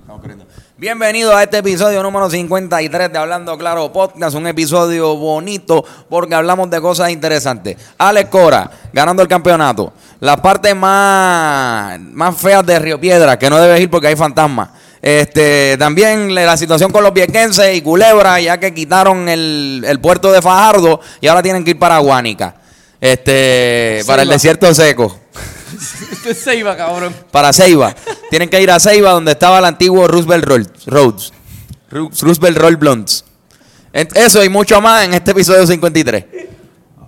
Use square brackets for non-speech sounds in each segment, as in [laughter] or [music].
Estamos corriendo. Bienvenido a este episodio número 53 de Hablando Claro Podcast, un episodio bonito porque hablamos de cosas interesantes. Alex Cora, ganando el campeonato. Las partes más, más feas de Río Piedra, que no debes ir porque hay fantasmas. Este, también la situación con los viequenses y Culebra, ya que quitaron el, el puerto de Fajardo y ahora tienen que ir para Guánica. Este, para el Selva. desierto seco. Esto es Seiba, cabrón. para Ceiba. Tienen que ir a Ceiba, donde estaba el antiguo Roosevelt Roll- Roads. Ru- Roosevelt Roll Blondes. En- Eso y mucho más en este episodio 53.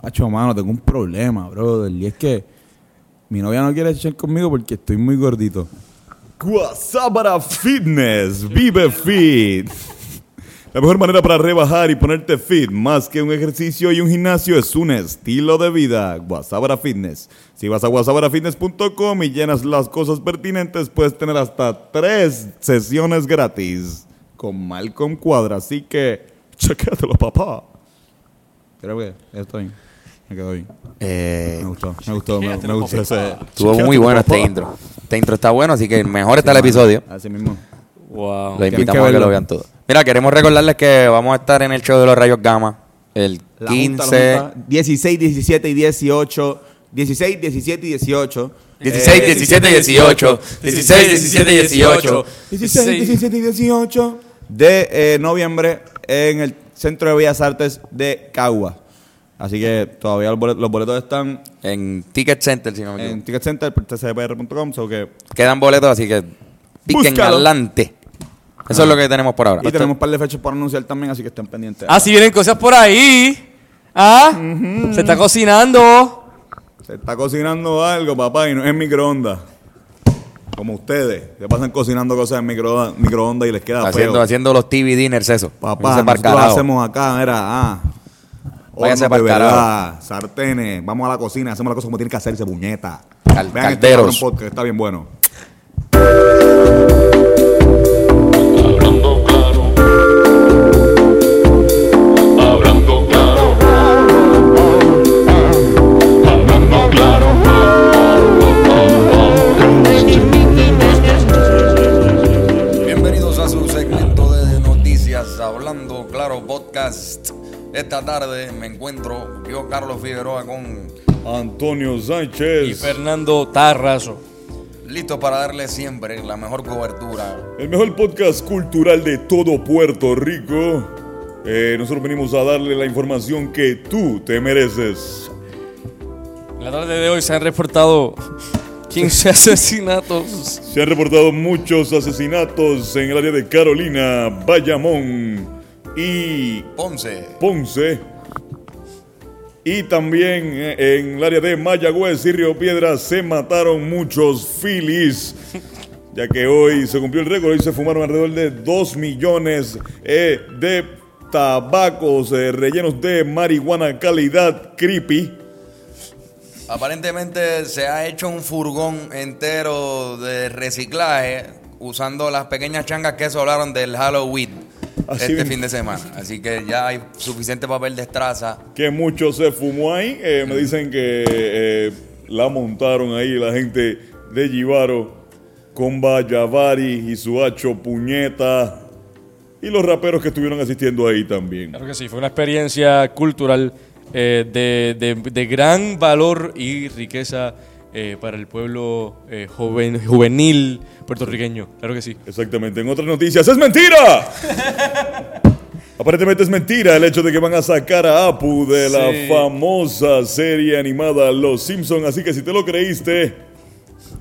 Hacho, mano, tengo un problema, brother. Y es que mi novia no quiere echar conmigo porque estoy muy gordito. Guasábara Fitness, vive fit. La mejor manera para rebajar y ponerte fit, más que un ejercicio y un gimnasio, es un estilo de vida. Guasábara Fitness. Si vas a guasábarafitness.com y llenas las cosas pertinentes, puedes tener hasta tres sesiones gratis con Malcolm Cuadra. Así que, chequéatelo, papá. Creo que está bien. Me quedó bien. Eh, Me gustó, me gustó, me, me gustó ese. estuvo muy bueno este intro. Este intro está bueno, así que mejor está el episodio. Así mismo. Wow. Eh, Los Tienen invitamos que a que verlo. lo vean todo. Mira, queremos recordarles que vamos a estar en el show de los Rayos Gamma el 15. 16, 17 y 18. 16, 17 y Eh, 18. 16, 17 y 18. 16, 17 y 18. 16, 17 y 18. de eh, noviembre en el Centro de Bellas Artes de Cagua. Así que todavía los bolet- los boletos, están En Ticket Center, si no me en equivoco. Ticket Center, por tcpr.com, so que- Quedan boletos, así que piquen Búscalo. adelante. Eso es lo que tenemos por ahora. Y tenemos un par de fechas por anunciar también, así que estén pendientes. Ah, si vienen cosas por ahí. Ah, se está cocinando. Se está cocinando algo, papá, y no es microondas. Como ustedes, se pasan cocinando cosas en micro- microondas y les queda haciendo, feo. haciendo los TV dinners, eso. Ah, Papá, Irse pa'l nosotros carajo. hacemos acá, era, ah, Váyase hornos de pa'l verdad, carajo. sartenes, vamos a la cocina, hacemos las cosas como tienen que hacerse, puñeta. Cal- Vean este calderos. cabrón podcast, está bien bueno. Hablando claro. Hablando claro. Hablando claro. Bienvenidos a su segmento de noticias Hablando Claro Podcast. Esta tarde me encuentro yo, Carlos Figueroa, con Antonio Y Sánchez. Fernando Tarrazo. listo para darle siempre la mejor cobertura. El mejor podcast cultural de todo Puerto Rico. Eh, nosotros venimos a darle la información que tú te mereces. En la tarde de hoy se han reportado 15 [laughs] asesinatos. Se han reportado muchos asesinatos en el área de Carolina, Bayamón y Ponce, Ponce. Y también eh, en el área de Mayagüez y Río Piedras se mataron muchos filis. [laughs] Ya que hoy se cumplió el récord, hoy se fumaron alrededor de 2 millones eh, de tabacos eh, rellenos de marihuana calidad creepy. aparentemente se ha hecho un furgón entero de reciclaje usando las pequeñas changas que se hablaron del Halloween. Así este mismo. fin de semana. Así que ya hay suficiente papel de estraza Que mucho se fumó ahí. Eh, me dicen que eh, la montaron ahí la gente de Givaro con Bayavari y su hacho puñeta. Y los raperos que estuvieron asistiendo ahí también. Claro que sí, fue una experiencia cultural eh, de, de- de gran valor y riqueza eh, para el pueblo eh, joven, juvenil puertorriqueño. Claro que sí. Exactamente. En otras noticias, [laughs] ¡es mentira! Aparentemente es mentira el hecho de que van a sacar a Apu de la Sí. famosa serie animada Los Simpsons. Así que si te lo creíste,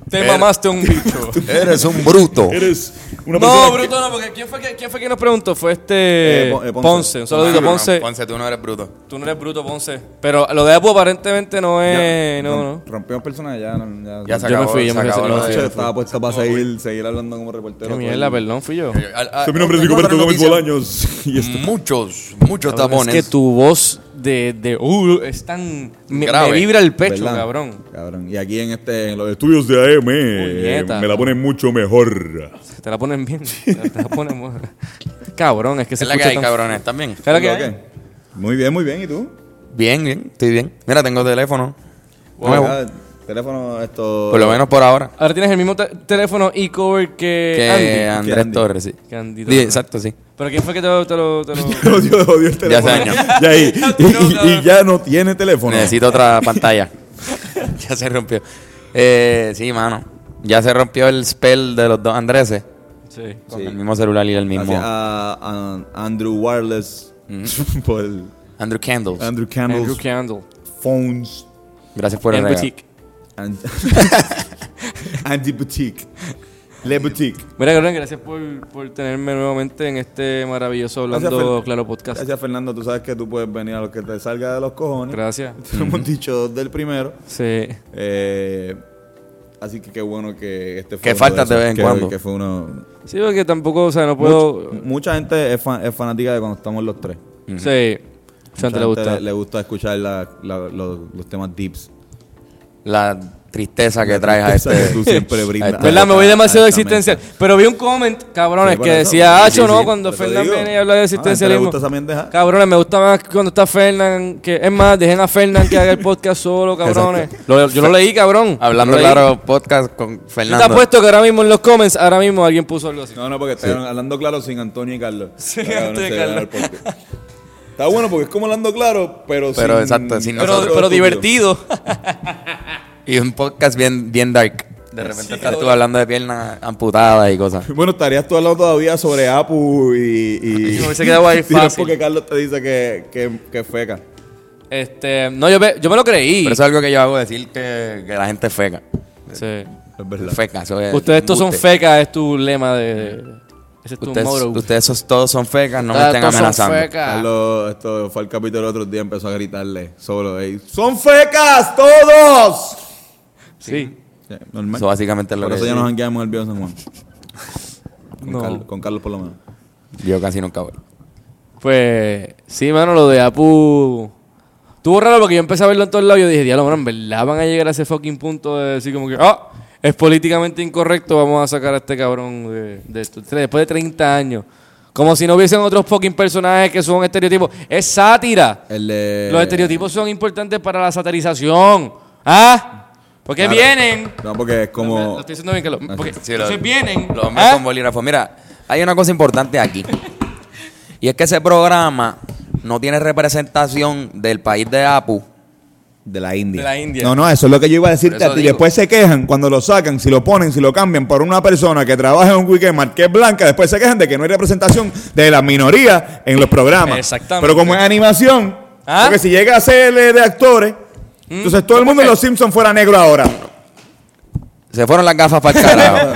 Te Pero- mamaste un [laughs] bicho. Eres [laughs] un bruto. eres una persona. No, bruto, no, porque ¿quién fue, que, quién fue quien nos preguntó? Fue este Eh, Pon- eh, Ponce. Ponce. Un saludito, Ponce. tú no eres bruto. Tú no eres bruto, Ponce. Pero lo de Apu aparentemente no es. Eh, no, no. Rompimos personas ya. no, Ya se Yo me acabó. fui, se yo me fui acabó a hacer- la no, noche. sí. estaba puesta para seguir, seguir hablando como reportero. Qué pues, mierda, perdón, fui yo. Al- al- Soy Mi nombre es en otras Rigoberto Gómez noticias, Bolaños. [laughs] Y esto- Muchos, muchos Es tapones. que tu voz de. de uh, es tan. Me, Grave, me vibra el pecho, cabrón. Cabrón. Y aquí en este. en lo Los de- estudios de AM eh, Puñeta. me la ponen mucho mejor. Te la ponen bien. te la- te la ponen. mo- cabrón, es que se es la que escucha hay, tan- cabrones, también. ¿Qué es la que ¿lo hay? qué? Muy bien, muy bien. ¿Y tú? Bien, bien, estoy bien. Mira, tengo teléfono. Wow. Nuevo. Ah, Teléfono, esto. Por lo menos por ahora. Ahora tienes el mismo te- teléfono e-cover que, Que Eh, Andy. Andrés Andy. Torres, sí. Que Andy Sí, Torres. exacto, sí. Pero ¿quién fue que te lo... Te lo, te lo- Yo [laughs] odio, odio el teléfono. [laughs] hace años. [laughs] Y, ahí- y- y- y ya no tiene teléfono. Necesito [laughs] otra pantalla. ya se rompió. Eh, sí, mano. Ya se rompió el spell de los dos Andreses. Sí. Con el mismo celular y el mismo. Gracias Ah. a, a Andrew Wireless [laughs] por el- Andrew Candles. Andrew Candles Andrew Candle. Phones Gracias por el En regalo. boutique. [laughs] and- Andy Boutique. Le Boutique. Mira, Carmen, gracias por, por tenerme nuevamente en este maravilloso Hablando Gracias, Fer- Claro podcast. Gracias, Fernando. Tú sabes que tú puedes venir a lo que te salga de los cojones. Gracias. [laughs] Te lo hemos dicho del primero. Sí. Eh, así que qué bueno que este fue. Que uno falta esos. de vez en Que- cuando. Que fue uno. Sí, porque tampoco, o sea, no puedo... Mucha- mucha gente es, fan- es fanática de cuando estamos los tres. Mm, Sí. Mucha gente le Mucha gente gusta. le gusta escuchar la- la- los, los temas deeps. La tristeza que La traes a tristeza este. que tú siempre brindas. a este- ¿Verdad? Me voy demasiado Exactamente. existencial. Pero vi un comment, cabrones, Sí, por que eso. decía, Sí, sí, Hacho, ¿no? sí, Cuando pero te Fernán digo. viene y habla de Ah, ¿a usted le existencialismo. gusta esa pendeja? cabrones, me gusta más cuando está Fernán. Que, es más, dejen a Fernán que haga el podcast solo, cabrones. [laughs] Lo- yo lo leí, cabrón. Hablando Lo leí. claro, podcast con Yo te Fernando. apuesto que ahora mismo en los comments, ahora mismo alguien puso algo así. No, no, porque están hablando claro sin Antonio y Carlos. Sin Está cabrón, Antonio y se gana Carlos. el podcast. Está bueno porque es como hablando claro, pero, Pero sin- exacto, sin pero, nosotros, pero estúpido. divertido. Y un podcast bien, bien dark. De repente estás tú hablando de piernas amputadas y cosas. Bueno, estarías tú hablando todavía sobre Apu y. y Yo me hubiese [laughs] quedado ahí Sí, no es fácil. porque Carlos te dice que, que, que es feca. Este, no, yo, ve- yo me lo creí. Pero eso es algo que yo hago decir que, que la gente es feca. Sí. Es verdad. Feca, eso es Ustedes estos son embuste. fecas, es tu lema de... Ese es tu Ustedes, motto. Pues ustedes esos todos son fecas, no me Ustedes estén todos son amenazando. fecas. Carlos, esto fue al capítulo del otro día, empezó a gritarle solo. ahí, ¡Son fecas todos! Sí. Sí, normal. Eso básicamente es lo Por que eso ya yo- nos hanqueamos el Bio San Juan. Con, No. Carlos, con Carlos por lo menos. Yo casi nunca voy. Pues sí, mano, lo de Apu. Estuvo raro porque yo empecé a verlo en todos lados y yo dije, diablo, mano, en verdad van a llegar a ese fucking punto de decir como que, ah, es políticamente incorrecto, vamos a sacar a este cabrón de, de esto. Después de 30 años. Como si no hubiesen otros fucking personajes que son estereotipos. Es sátira. El de- Eh. Los estereotipos son importantes para la satirización. ¿Ah? Porque Claro. vienen. No, porque es como. Lo estoy diciendo bien que lo- Porque Sí, entonces lo- vienen. Los hombres ¿ah? con bolígrafo. Mira, hay una cosa importante aquí. y es que ese programa no tiene representación del país de Apu. De la India. De la India. No, no, eso es lo que yo iba a Por decirte eso a ti. digo. Después se quejan cuando lo sacan, si lo ponen, si lo cambian por una persona que trabaja en un weekend que es blanca, después se quejan de que no hay representación de la minoría en los programas. Exactamente. Pero como es animación, ¿Ah? Mm. porque si llega a ser eh, de actores, entonces todo el mundo en Los Simpsons fuera negro ahora. Se fueron las gafas para el carajo.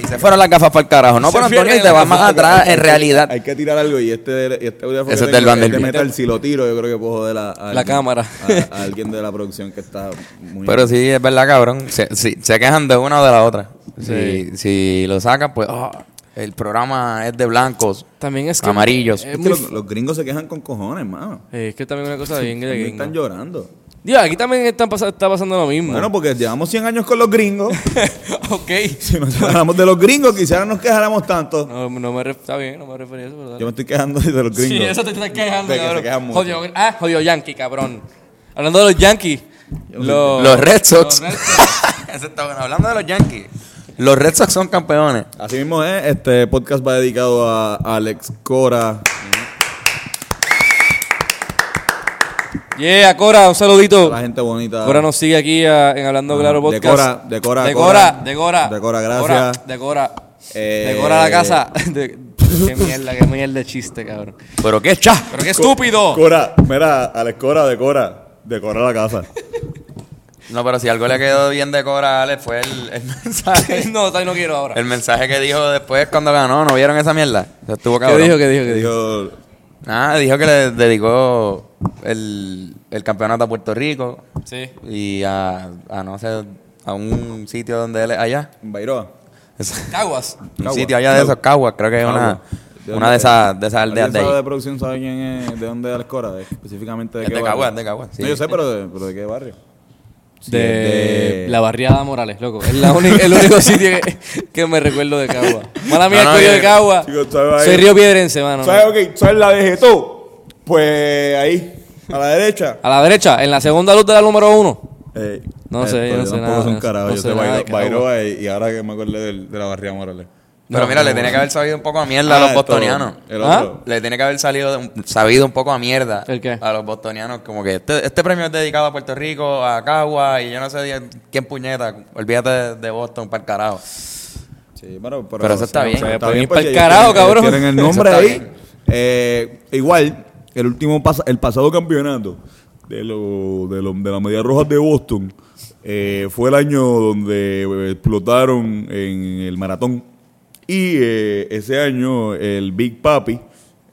y se fueron las gafas para el carajo. No, Se pero Antonio, pierden y te vas las más gafas. atrás en Hay realidad. que tirar algo y este, y este Ese audífono que es del tengo, Van es de Derbilt. metal, si lo tiro, yo creo que puedo joder a, a La alguien- cámara. A, a alguien de la producción que está muy. Pero sí, es verdad, cabrón. Se, sí, se quejan de una o de la otra. Si, si lo sacan, pues ah, el programa es de blancos. También es que. Amarillos. es Es que muy- los, los gringos se quejan con cojones, mano. Eh, es que también es una cosa bien de También gringo. Están llorando. Digo, aquí también están pasa- está pasando lo mismo. Bueno, pues. porque llevamos 100 años con los gringos. [laughs] [laughs] ok. si nos quejáramos de los gringos, quizás no nos quejáramos tanto. No, no me ref- está bien, no me refería a eso, ¿verdad? Yo me estoy quejando de los gringos. sí, eso te estás quejando, De que se cabrón. quejan mucho. Jodido, ah, jodido yankee, cabrón. Hablando de los yankees. Los, Los Red los Sox. [laughs] Red Eso está bueno. Hablando de los Yankees. Los Red Sox son campeones. Así mismo es, este podcast va dedicado a Alex Cora. Yeah, Cora, un A saludito. la gente bonita. Cora nos sigue aquí ah, en Hablando Claro de Podcast. Cora, de Cora, de Cora. Cora, de Cora. De Cora, gracias. De Cora. Eh, De Cora la casa. [laughs] De- qué mierda, qué mierda de chiste, cabrón. Pero qué cha. Pero qué estúpido. Cora, mira, Alex Cora, de Cora. Decora la casa. No, pero si algo le quedó bien de Cora a Alex fue el, [laughs] el mensaje. [laughs] no, tal, no quiero ahora. El mensaje que dijo después cuando ganó. ¿No vieron esa mierda? Eso estuvo cabrón. ¿Qué dijo? ¿Qué dijo? Dijo, Ah, dijo que le dedicó el, el campeonato a Puerto Rico ¿Qué dijo? Sí. y a, a no sé, a un sitio donde él es allá. Bairoa. Es- Caguas. un Cagua. sitio allá de esos Caguas, creo que es una, Cagua. una de esas de esas aldeas ¿Alguien de sabe de ahí. producción sabe quién es, de dónde es Alex Cora? De- específicamente de Es qué de barrio. Caguas, es de Caguas, sí. No, yo sé, pero de, pero de qué barrio. Sí, de, es de- la barriada Morales, loco. Es la uni- el [laughs] único sitio que, que me recuerdo de Cagua. Mala mía, No, no, el cuello yo- de Cagua. Chico, estaba ahí. Soy río piedrense, mano. ¿Sabes ok, ¿sabes la de Getú? Pues ahí, a la derecha. A la derecha, en la segunda luz de la número uno. Eh, No sé, esto, yo no sé tampoco nada, sé no un sé- carajo. no yo sé sé nada Bairo- de Cagua. Bairoa y, y ahora que me acordé del- de la barría Morales. Pero mira, le tenía que haber sabido un poco a mierda a Ah, los esto, bostonianos. El ¿Ah? otro. Le tiene que haber salido de un- sabido un poco a mierda ¿El qué? a los bostonianos. Como que este, este premio es dedicado a Puerto Rico, a Cagua y yo no sé di- quién puñeta. Olvídate de, de Boston para el carajo. Sí, pero, Pero eso está bien. Pero bien porque pa'l ellos carajo, tienen- ellos cabrón. Tienen el [laughs] nombre Eso está ahí. bien. Eh, igual, el último pas- el pasado campeonato de, lo, de, lo- de la Media Roja de Boston eh, fue el año donde explotaron en el maratón. Y eh, ese año el Big Papi,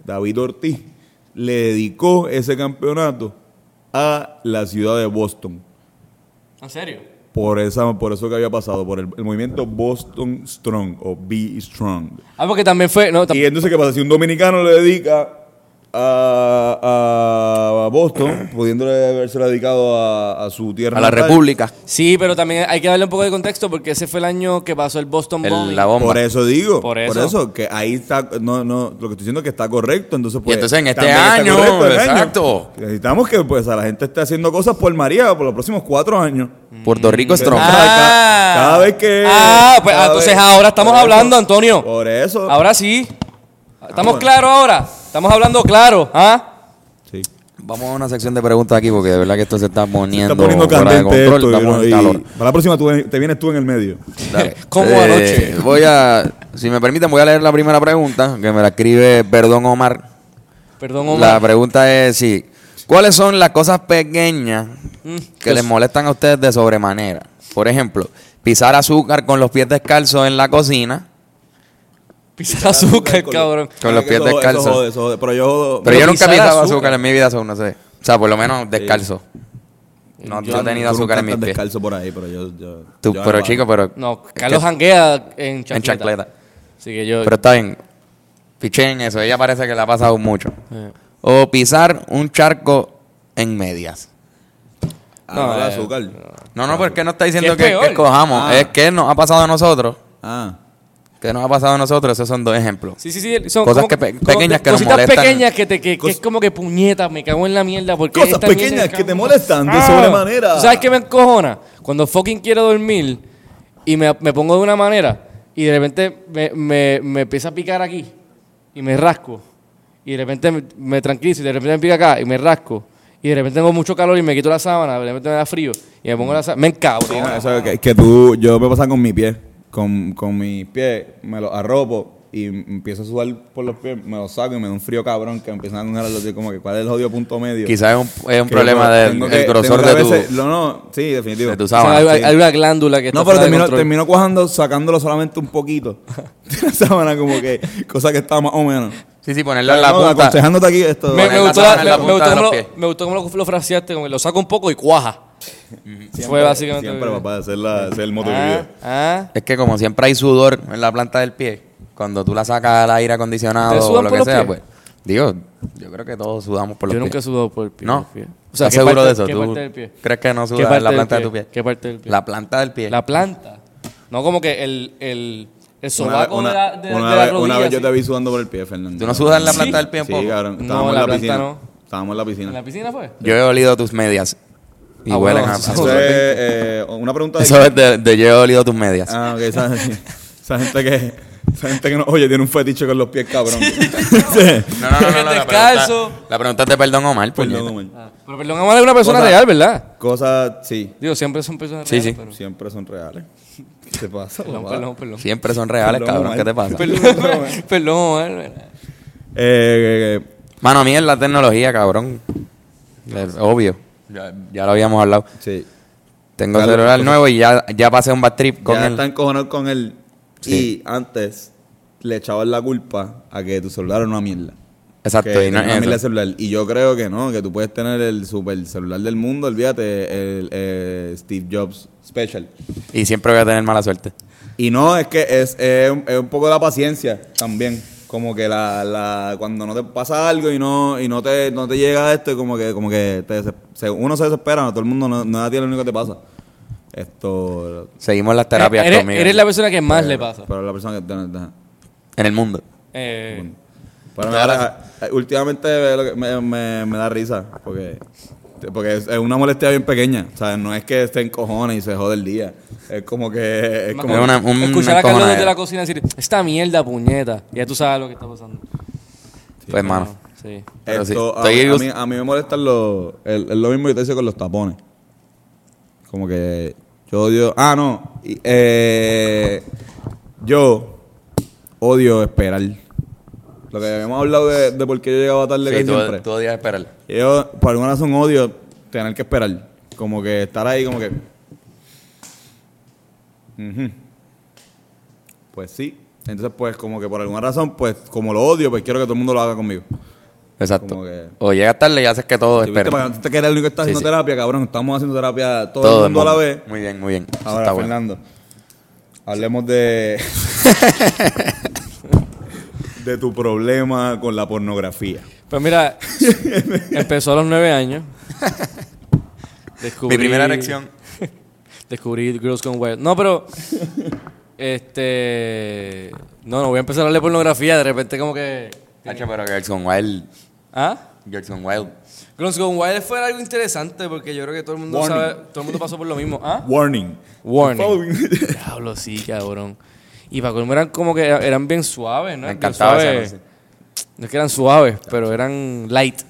David Ortiz, le dedicó ese campeonato a la ciudad de Boston. ¿En serio? Por, esa, por eso que había pasado, por el, el movimiento Boston Strong o Be Strong. Ah, porque también fue. No, tam- Y entonces, ¿qué pasa? Si un dominicano le dedica a, a- a Boston, pudiéndole haberse dedicado a, a su tierra. A la natal, República. sí, pero también hay que darle un poco de contexto porque ese fue el año que pasó el Boston el- Bombing. la bomba. Por eso digo, Por por eso. eso. que ahí está, no, no, lo que estoy diciendo es que está correcto, entonces Y pues... entonces en este también está año, correcto el exacto. Necesitamos que pues a la gente esté haciendo cosas por María por los próximos cuatro años. Mm, Puerto Rico Strong. Ah. [laughs] cada- cada vez que- Ah, pues cada entonces vez- Oh. ahora estamos por eso. hablando, Antonio. Por eso. Ah, Ahora sí. Estamos bueno. claros ahora. Estamos hablando claro, ¿ah? Sí. Vamos a una sección de preguntas aquí porque de verdad que esto se está Se poniendo, está poniendo fuera de candente control. esto. y Estamos uno- en y [laughs] calor. para la próxima tú, ven- te vienes tú en el medio. Dale. Como Eh, anoche. Voy a, si me permiten, voy a leer la primera pregunta que me la escribe Perdón Omar. Perdón, La Omar. pregunta es si ¿cuáles son las cosas pequeñas Mm, que les molestan a ustedes de sobremanera? Por ejemplo, pisar azúcar con los pies descalzos en la cocina. Pisa azúcar, cabrón. Con los Ay, pies eso jode, descalzos. eso jode, eso jode, Pero yo jodo. Pero yo Pero nunca he pisar pisado azúcar. azúcar en mi vida, según no sé. O sea, por lo menos descalzo. No, no he tenido Tú azúcar en nunca mis estás pies. descalzo por ahí, pero yo... yo- Tú- yo pero no, chico, pero... No, es que- Carlos Pues- janguea en chancleta. En chancleta. Así que yo. Pero está bien. Piché en eso. Ella parece que la ha pasado mucho. Eh. O pisar un charco en medias. Ah, No, no, el eh, azúcar. No, no, porque no está diciendo Que es que, que peor. cojamos. Ah. Es que nos ha pasado a nosotros. Ah. Que nos ha pasado a nosotros. Esos son dos ejemplos. Sí, sí, sí. Son Cosas como- que pe- como pequeñas de- que nos cositas molestan. pequeñas que, te, que, que Cos- es como que puñeta, me cago en la mierda. Porque Cosas pequeñas que te molestan de sobremanera. ¿Sabes qué me encojona? Cuando fucking quiero dormir y me, me pongo de una manera y de repente me, me, me empieza a picar aquí y me rasco. Y de repente me, me tranquilizo y de repente me pica acá y me rasco. Y de repente tengo mucho calor y me quito la sábana, de repente me da frío y me pongo la sábana. Me Sí, encabrona. no, eso es que, que tú... Yo me pasa con mi pie. Con, con mis pies me los arropo y m- empiezo a sudar por los pies, me los saco y me da un frío cabrón que empiezan a congelar los pies. Como que, ¿cuál es el odio punto medio? Quizás es un, es un Que problema yo del tengo el que- grosor tengo que de a veces- tu... No, no, sí, definitivo. de tu O sea, sábana. hay, hay- sí. hay una glándula que está No, pero fuera de termino, control. termino cuajando, sacándolo solamente [laughs] un poquito. [laughs] De la sábana como que, cosa que está más o menos. Sí, sí, ponerlo en la No, punta. aconsejándote aquí esto. Me, Poner me la gustó, sábana la- en la me- me punta gustó de cómo los lo, pies. me gustó cómo lo, lo fraseaste, como que lo saco un poco y cuaja. Fue básicamente. Siempre, papá, ese es, la- ese es el moto de mi Ah, vida. ah. Es que como siempre hay sudor en la planta del pie, cuando tú la sacas al aire ¿Te acondicionado sudan o lo por que los sea, pies? pues... Digo, yo creo que todos sudamos por los Yo nunca he pies. sudado por el pie. No, pie. o sea, ¿qué seguro parte- de eso. ¿Qué ¿Tú parte del pie? crees que no ¿Qué sudas parte en la del planta de tu pie? ¿Qué parte del pie? La planta del pie. La planta. No como que el, el, el Una, sobaco una- de la, de, una de la vez- rodilla. una vez yo así. te vi sudando por el pie, Fernando. ¿Tú no sudas en la Sí. planta del pie un Sí, poco? cabrón. No, Estábamos en la la, planta piscina. no. Estábamos en la piscina. ¿En la piscina fue? Yo he olido tus medias. Y Ah, huelen bueno, a eso Eso sudor. es, eh, una pregunta. Eso es de, de yo he olido tus medias. Ah, ok, esa, esa gente que... Esa gente que no... Oye, tiene un fetiche con los pies, cabrón. [laughs] No, no, no, no, no, la Descalzo. pregunta, la pregunta es de perdón Omar, puñeta. Perdón, Omar. Ah, Pero perdón, Amanda es una persona Cosa- real, ¿verdad? Cosas, sí, Digo, siempre son personas Sí, reales. sí. pero- siempre son [laughs] reales. ¿Qué te pasa, Perdón, papá? perdón, perdón. Siempre son reales, Perdón, cabrón, Omar. ¿qué te pasa? Perdón, perdón. eh. Eh, eh, eh, Mano, a mí es la tecnología, cabrón. Es obvio. Ya, ya lo habíamos hablado. sí. Tengo Claro, celular pues, nuevo y ya, ya pasé un bad trip con ya él. están cojonados con él. Sí. Y antes le echaban la culpa a que tu celular era una mierda. Exacto, Que y no tenía es una mierda de eso. celular. Y yo creo que no, que tú puedes tener el super celular del mundo, olvídate, el eh, Steve Jobs Special. Y siempre voy a tener mala suerte. Y no, es que es, es un- es un poco la paciencia también. Como que la, la- cuando no te pasa algo y no, y no te, no te llega esto, como que, como que te des- se- uno se desespera, no, todo el mundo no, nada tiene lo único que te pasa. Esto Seguimos las terapias Eh, eres, conmigo. eres la persona que más le pasa. para la persona que ajá. En el mundo. Eh, eh, Pero me da- últimamente lo que- me, me- me da risa, porque Te- Porque es, es una molestia bien pequeña. O sea, no es que esté en cojones y se jode el día. Es como que. Es como Es una- un- una Escuchar a Carlos desde encojonadera. la cocina decir, esta mierda, puñeta. Ya tú sabes lo que está pasando. Pues, mano. Sí. Pero sí, Esto, a- estoy- a, mí, a mí me molestan los. el- Es lo mismo que te hice con los tapones. Como que. Yo odio. Ah, no. y- eh, yo odio esperar. Lo que habíamos hablado de, de por qué yo llegaba tarde Sí, casi tú, siempre. tú odias esperar. Yo, por alguna razón, odio tener que esperar. Como que estar ahí, como que. Ujú. Pues sí. Entonces, pues, como que por alguna razón, pues, como lo odio, pues quiero que todo el mundo lo haga conmigo. Exacto. Como que- O llegas tarde y haces que todo Sí, viste, para espera. que no te quede el único que está Pues Sí, haciendo sí. terapia, cabrón. Estamos haciendo terapia todo, Todo el mundo a la vez. Muy bien, muy bien. Eso Ahora, está bueno. Fernando, [laughs] hablemos de. de tu problema con la pornografía. [laughs] Pues mira, empezó a los nueve años. Descubrí- Mi primera erección. Descubrí Girls Gone Wild. No, pero. Este. No, no voy a empezar a hablar de pornografía. De repente, como que. Hacho, pero Gerson Wild. ¿Ah? Gerson Wild. Girls Gone Wild fue algo interesante porque yo creo que todo el mundo Warning. sabe. Todo el mundo pasó por lo mismo. ¿Ah? Warning. Warning. Warning. [laughs] Diablo, sí, cabrón. Y para colmo eran como que eran bien suaves, ¿no? Me Bien encantaba esa suaves. canción. No es que eran suaves, pero eran light.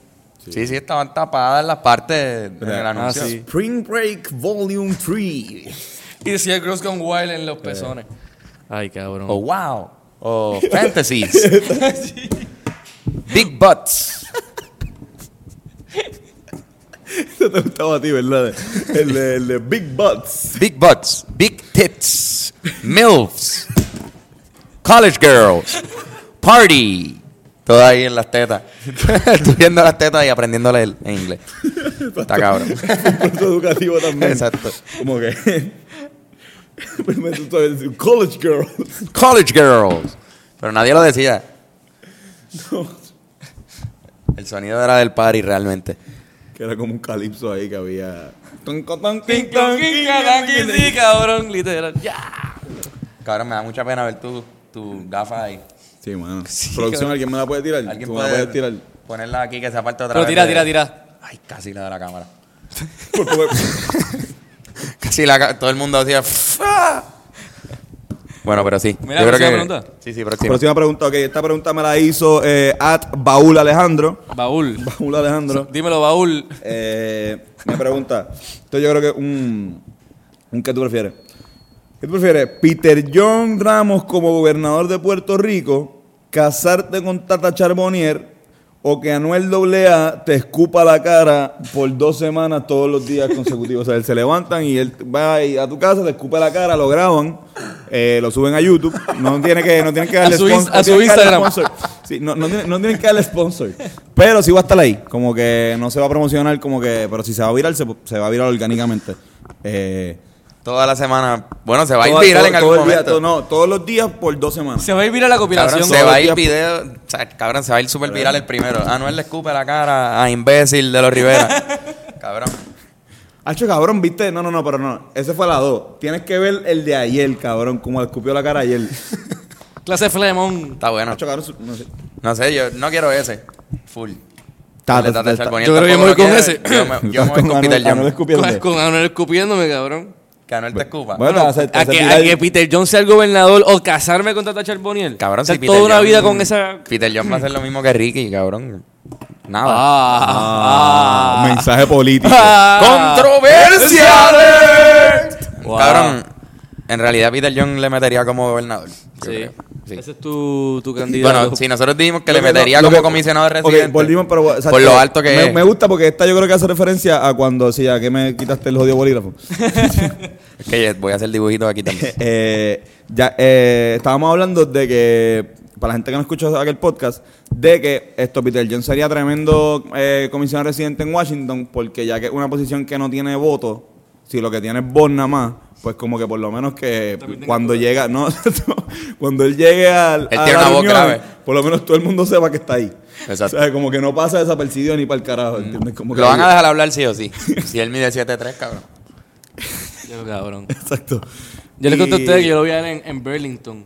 Sí. sí, estaban tapadas las partes en el Ah, anuncio. sí. Spring Break Volume [laughs] 3. Y decía Girls Gone Wild en Eh. los pezones. Ay, cabrón. O wow. O fantasies. Big butts. Eso te gustaba a ti, ¿verdad? El de, el de Big Butts. Big butts. Big tits. MILFs. College girls. Party. Todo ahí en las tetas. [laughs] Estudiando las tetas y aprendiendo a leer en inglés. Está cabrón. Un proceso educativo también. Exacto. Como que. [laughs] Primero tú sabes decir, College Girls. College girls. Pero nadie lo decía. El sonido era del party realmente. Que era como un calipso ahí que había. Ting, tong, king, cada quien, sí, cabrón, literal. Ya. Cabrón, me da mucha pena ver tu, tu gafa ahí. [laughs] Sí, mano. Producción, ¿alguien me la puede tirar? ¿Alguien ¿Tú puede me la puedes tirar? ponerla aquí que se aparte otra Pero vez? tira, de- tira, tira. Ay, casi la de la cámara. [laughs] [laughs] Por favor. [laughs] Casi la ca- Todo el mundo hacía... "Ah". bueno, pero sí. Mira, Yo creo próxima que... pregunta. Sí, sí, próxima. Próxima pregunta. Ok, esta pregunta me la hizo eh, at Baúl Alejandro. [laughs] Baúl. Baúl Alejandro. Dímelo, baúl. Eh, me pregunta. Entonces yo creo que un, un ¿qué tú prefieres? ¿Qué tú prefieres? Peter John Ramos como gobernador de Puerto Rico, casarte con Tata Charbonnier o que Anuel AA te escupa la cara por dos semanas todos los días consecutivos. o sea, él se levantan y él va ahí a tu casa, te escupa la cara, lo graban, eh, lo suben a YouTube. No tiene que, no tienen que darle A su spon- ins- no a su tienen que darle Instagram. sponsor. Sí, no, no, tiene- no tienen que darle sponsor. Pero sí va a estar ahí. Como que no se va a promocionar, como que. Pero si se va a virar, se, se va a virar orgánicamente. Eh, Toda la semana... Bueno, se va a ir todo- viral todo- en todo algún el día, momento. todo- no, todos los días por dos semanas. Se va a ir a la Cabrón, compilación. se va a ir Todo el video... O sea, cabrón, se va a ir súper viral el primero. Ah, no, él le escupe la cara a imbécil de los [laughs] Rivera. cabrón. Hacho, cabrón, viste. No, no, no, pero no. Ese fue la dos. Tienes que ver el de ayer, cabrón. Como le escupió la [laughs] cara ayer. Clase Flemón. Está bueno. Hacho, cabrón, su- no sé. No sé, yo no quiero ese. Full. Tata, El de Tata tata, Charbonnier yo creo que tampoco yo me lo voy con quiero. Yo me, yo [laughs] me Estás voy con, Peter Anuel- Anuel John. [laughs] escupiendo. Con, con Anuel escupiéndome, cabrón. Que Anuel te escupa. Bueno, te hace- te A hace que, a viral. que Peter Jones sea el gobernador o casarme con Tata Charboniel. Cabrón, O sea, si Peter toda una John- vida con esa. Peter John va a hacer lo mismo que Ricky, cabrón. Nada. Ah, Ah, Mensaje político. Ah. ¡Controversiales! Wow. Cabrón, en realidad Peter John le metería como gobernador. yo Sí. creo. Sí. Ese es tu, tu candidato. Bueno, si nosotros dijimos [laughs] que le Lo que- metería lo como que- comisionado ok, residente. volvimos, pero, o sea, por lo alto que me, es. me gusta porque esta yo creo que hace referencia a cuando sí, a que me quitaste el jodido bolígrafo. Es que voy a hacer dibujitos aquí también. [laughs] Eh, ya, eh, estábamos hablando de que, para la gente que no escuchó aquel podcast, de que esto Peter John sería tremendo eh, comisionado residente en Washington, porque ya que es una posición que no tiene voto, si lo que tiene es voz nada más, pues como que por lo menos que cuando llega, no, [laughs] cuando él llegue al, Él a tiene la una voz reunión, grave. por lo menos todo el mundo sepa que está ahí. Exacto. O sea, como que no pasa desapercibido ni para el carajo, ¿entiendes? Como que Lo van a dejar hablar sí o [laughs] sí. Si él mide 7'3", cabrón. Yo, cabrón. [laughs] Exacto. Yo les conté a Y- ustedes que yo lo vi a él en, en Burlington.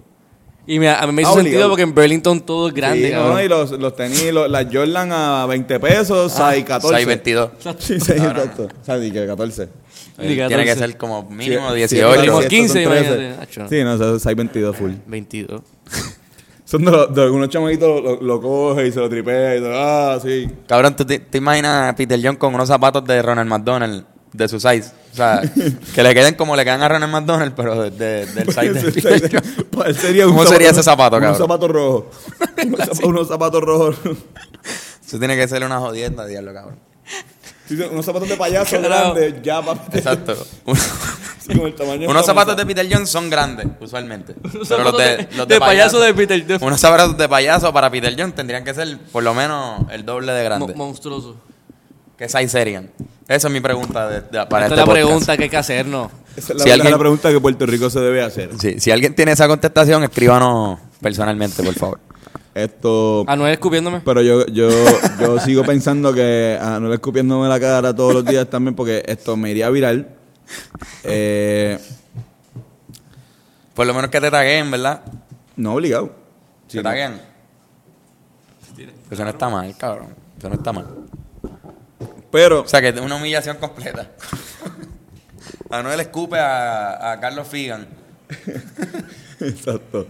Y me, a mí me hizo Ah, obligado. sentido porque en Burlington todo es grande, Sí, no, cabrón. y los, los tenis, los- las Jordan a 20 pesos, Ah, 6, 14. 622. [laughs] Sí, 6, exacto. O sea, ni que 14. Tiene que ser como mínimo Sí, 18. sí, Como sí, estos 15, son 13. imagínate, Nacho. Sí, no, o sea, 622 full. 22. Son de, los- de algunos chamaquitos lo, lo coge y se lo tripea y todo. Ah, sí. Cabrón, ¿tú te, te imaginas a Peter John con unos zapatos de Ronald McDonald de su size? O [laughs] sea, que le queden como le quedan a Ronald McDonald, pero de- de- del [laughs] size de Peter John. Para él sería un ¿Cómo sería ese zapato, Un cabrón? [laughs] zapato rojo. Unos zap- Unos zapatos rojos. [laughs] Eso tiene que ser una jodienda, diablo, cabrón. Sí, sí, Unos zapatos de [laughs] payaso Carajo. grandes, ya para Exacto. Un- con el tamaño de unos esta zapatos mesa. de Peter John son grandes, usualmente. Pero los zapatos de, de- los de payaso de Peter John. Unos zapatos de payaso para Peter John tendrían que ser por lo menos el doble de Mo- grande. monstruoso. ¿Qué size serían? Esa es mi pregunta de- de- para este Esta es la podcast. pregunta que hay que hacernos. [laughs] Esa es la, Si la- alguien- la pregunta que Puerto Rico se debe hacer. Sí, si alguien tiene esa contestación, escríbanos personalmente, por favor. Esto. Ah, Anuel escupiéndome. Pero yo, yo, yo sigo pensando que a no escupiéndome la cara todos los días también, porque esto me iría viral. Eh, Por lo menos que te taguen, ¿verdad? no obligado. Si te taguen. Eso no está mal, cabrón. Eso no está mal. [laughs] Pero, O sea, que es una humillación completa. [laughs] Anuel escupe a, a Carlos Figan. exacto.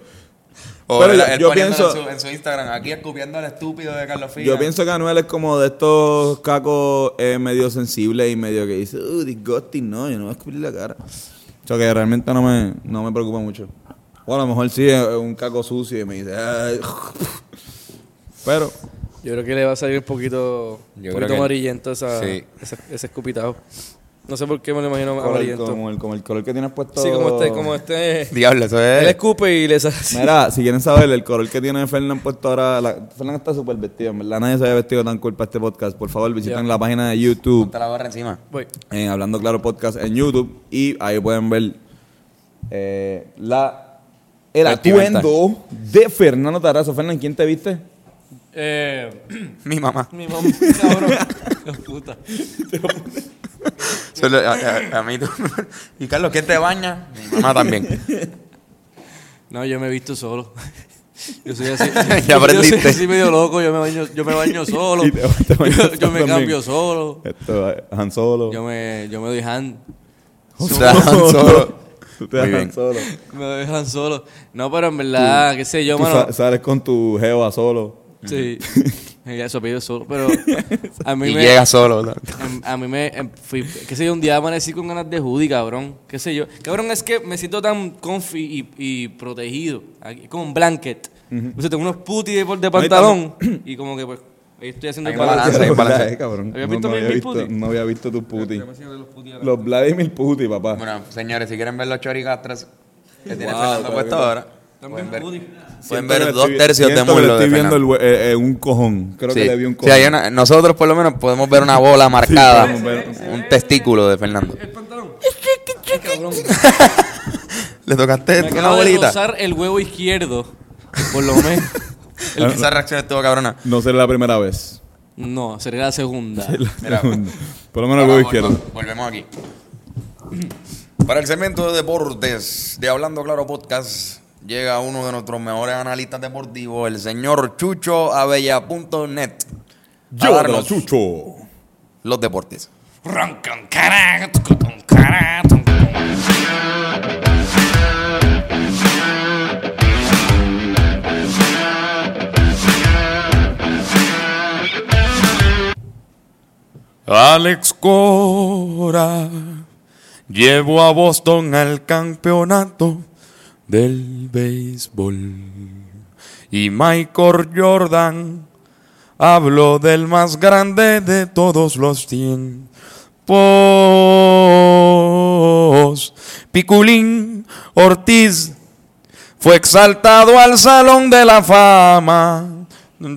O Pero él- yo- él yo poniéndolo pienso- en su, en su Instagram, aquí escupiendo al estúpido de Carlos Figan. Yo pienso que Anuel es como de estos cacos eh, medio sensibles y medio que dice, uh, disgusting, no, yo no voy a escupir la cara. O sea, que realmente no me, no me preocupa mucho. O a lo mejor sí es un caco sucio y me dice, "Ay". [laughs] pero Yo creo que le va a salir un poquito, un Yo creo poquito que- amarillento esa, Sí. ese, ese escupitajo. No sé por qué me lo imagino como el, amarillento. como el- como el color que tienes puesto. sí, como este, como [laughs] este. Diablo, eso Él es. escupe y le sale así. Mira, si quieren saber, el color que tiene Fernán puesto ahora. la- Fernán está súper vestido, en verdad. Nadie se había vestido tan cool para este podcast. Por favor, visiten Ya. la página de YouTube, Te la barra encima. Voy. en Hablando Claro Podcast en YouTube. Y ahí pueden ver eh, la, el Vestimenta. atuendo de Fernando Tarazo. Fernán, ¿quién te viste? Eh, Mi mamá. mi mamá, [laughs] cabrón. Qué puta. Solo- a, a- a mí tú- [laughs] Y Carlos, ¿quién te baña? Mi mamá también. No, yo me he visto solo. [laughs] Yo soy [laughs] así. Ya aprendiste. Yo soy así medio loco, yo me baño, yo me baño solo. Y te- te bañas yo, solo yo me también. cambio solo. Esto, eh, Han Solo. [laughs] Yo me, yo me doy hand. O sea, Han [laughs] Solo. Tú te das Muy Han bien. Solo. Me doy Han solo. No, pero en verdad, qué sé yo, Tú mano. sa- sales con tu jeva solo. [laughs] Sí. Ya eso pido solo. Pero a mí Y me. llega solo. ¿no? Em, A mí me. em, Fui, qué sé yo, un día amanecí con ganas de hoodie, cabrón. Qué sé yo. Cabrón, es que me siento tan comfy y, y protegido. Aquí, como un blanket. O sea, tengo unos putis de, de pantalón. y como que, pues, ahí estoy haciendo Hay un balance, hay un [laughs] balance. Eh, cabrón. ¿Habías No- visto no mi- había mi visto- puti? No había visto tus putis. los putis ahora. Los Vladimir Puti, papá. Bueno, señores, si quieren ver los choricastras que tiene Wow, Fernando claro puesto que- ahora, También pueden ver, hoodie. pueden Siento que ver le dos estoy- tercios de siento que le muslo de Estoy viendo Fernando. el, hue- eh, eh, un cojón. Creo Sí. que le vi un Sí, cojón. hay una- nosotros por lo menos podemos ver una bola marcada, podemos ver- un testículo de Fernando. El pantalón. cabrón. Le tocaste Me una acabo de bolita. rozar el huevo izquierdo. Por lo menos. El- Esa reacción estuvo cabrona. No será la primera vez. No, sería la segunda. Mira. Segundo. [laughs] Por lo menos el huevo Vamos, izquierdo. vamos, Volvemos aquí. Para el segmento de deportes de Hablando Claro Podcast, llega uno de nuestros mejores analistas deportivos, el señor Chucho Abella.net. A Yo, darnos Chucho. los deportes. Alex Cora llevó a Boston al campeonato del béisbol. Y Michael Jordan habló del más grande de todos los tiempos. Piculín Ortiz fue exaltado al Salón de la Fama.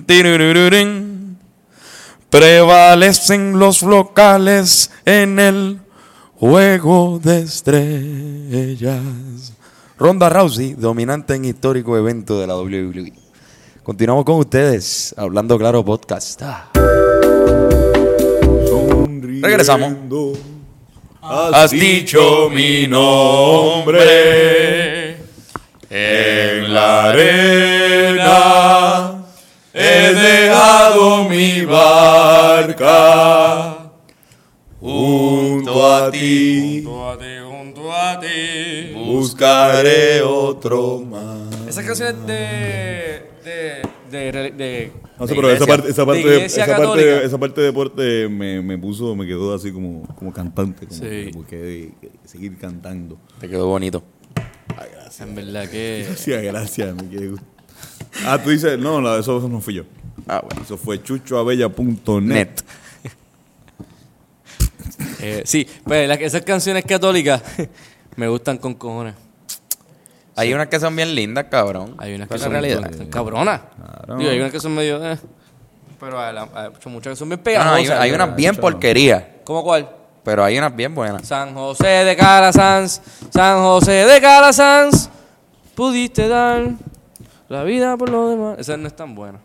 Tirurururín. Prevalecen los locales en el juego de estrellas. Ronda Rousey, dominante en histórico evento de la E. WWE. Continuamos con ustedes, hablando claro podcast. Ah. Regresamos. Has dicho mi nombre. en en la arena he dejado mi barca junto a ti. Buscaré otro más. Esas canciones de. de. de. de, de- No de sé, pero esa iglesia- parte, esa parte, de de, iglesia esa parte, católica. de- esa parte de deporte me, me puso, me quedó así como, como cantante, como Sí. que busqué de- de seguir cantando. Te quedó bonito. En verdad que. Gracias, gracias, me quedé- Ah, tú dices, no, la- eso, eso no fui yo. Ah, bueno. Eso fue chuchoabella.net. Net. eh, sí, pues las- esas canciones católicas [laughs] me gustan con cojones. Hay unas que son bien lindas, cabrón. Hay unas Esa que es la son, realidad. son cabronas. Claro. Digo, hay unas que son medio. eh, Ah, pero a la- a- son muchas que son bien No, no, pegajosas. hay, hay unas bien porquerías, ¿Cómo cuál? pero hay unas bien [laughs] buenas. San José de Calasanz, San José de Calasanz, pudiste dar la vida por los demás. Esa no es tan buena.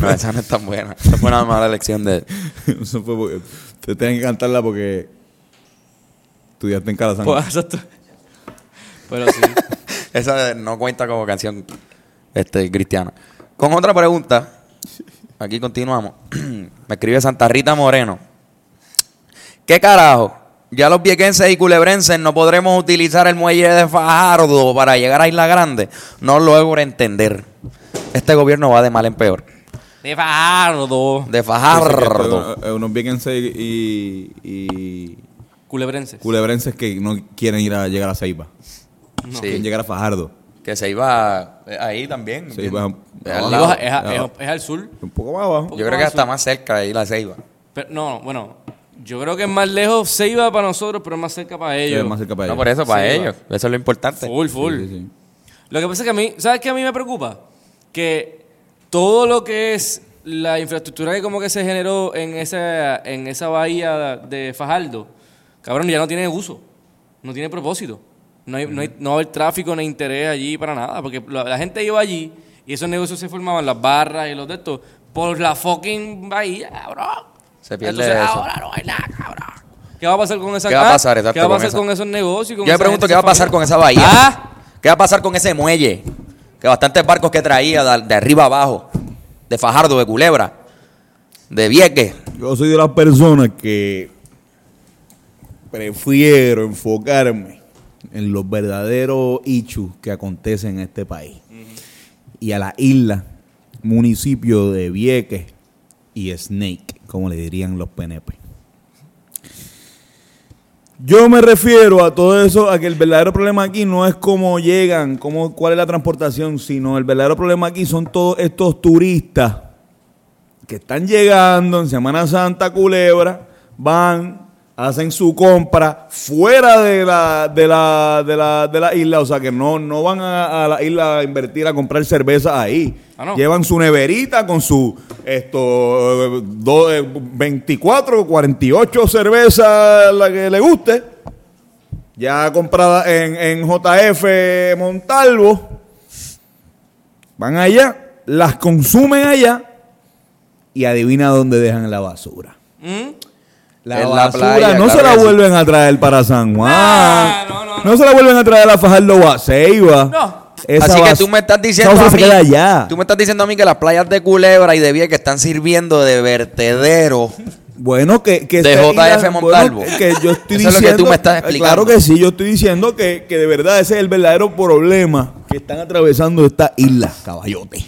No, esa no es tan buena. Esa fue una mala elección de. [laughs] Eso fue porque- te tienen que cantarla porque estudiaste en [laughs] Calazán. Pues, [laughs] exacto. Pero sí. [laughs] Esa no cuenta como canción este, cristiana. Con otra pregunta, aquí continuamos. [clears throat] Me escribe Santa Rita Moreno. ¿Qué carajo? Ya los viequenses y culebrenses no podremos utilizar el muelle de Fajardo para llegar a Isla Grande. No lo logro entender. Este gobierno va de mal en peor. De Fajardo. De Ardo. Fajardo. eh, Unos viequenses y, y Culebrenses. culebrenses que no quieren ir a llegar a Ceiba. Quieren Sí, llegar a Fajardo. que se iba eh, ahí también. Se iba Eh, abajo. al Digo, lado. es, a- es a- Ah. es al sur. Un poco más abajo. Yo creo que hasta más cerca de Isla Ceiba. Pero, no, bueno. Yo creo que es más lejos se iba para nosotros, pero es más cerca para ellos. Es más cerca para No, allá. por eso, para Ceiba. ellos. Eso es lo importante. Full, full. Sí, sí. Lo que pasa es que a mí, ¿sabes qué a mí me preocupa? Que todo lo que es la infraestructura que como que se generó en esa, en esa bahía de Fajardo, cabrón, ya no tiene uso, no tiene propósito. No, hay, no, hay- no va a haber tráfico ni interés allí para nada, porque la, la gente iba allí y esos negocios se formaban, las barras y los de estos, por la fucking bahía, cabrón. Se pierde Entonces, eso. ahora no hay nada, cabrón. ¿Qué va a pasar con esa ¿Qué va a ah, pasar, exacto, ¿Qué va a con pasar esa- con, esos negocios? y con Yo me esa pregunto gente, qué va a pasar esa familia? con esa bahía. Ah, ¿Qué va a pasar con ese muelle? Que bastantes barcos que traía de, de arriba abajo, de Fajardo, de Culebra, de Vieques. Yo soy de las personas que prefiero enfocarme en los verdaderos hechos que acontecen en este país. Y a la isla, municipio de Vieques y Snake, como le dirían los PNP. Yo me refiero a todo eso, a que el verdadero problema aquí no es cómo llegan, cómo, cuál es la transportación, sino el verdadero problema aquí son todos estos turistas que están llegando en Semana Santa a Culebra, van, hacen su compra fuera de la, de la, de la, de la isla, o sea que no, no van a, a la isla a invertir a comprar cerveza ahí. Ah, no. Llevan su neverita con su esto eh, do- eh, 24 o 48 cervezas, la que le guste, ya comprada en, en JF Montalvo. Van allá, las consumen allá y adivina dónde dejan la basura. ¿Mm? La En la basura playa, no claro se la que sí. vuelven a traer para San Juan. no, no, no. se la vuelven a traer a Fajardo o a Ceiba. No. Esa Así que bas- tú me estás esa diciendo basura a se mí, queda allá. tú me estás diciendo a mí que las playas de Culebra y de Vieques están sirviendo de vertedero. Bueno, que, que De esta JF isla- Montalvo. bueno, que [laughs] yo estoy Eso diciendo, Eh, es lo que tú me estás explicando. Claro que sí, yo estoy diciendo que, que de verdad ese es el verdadero problema que están atravesando esta isla, caballote.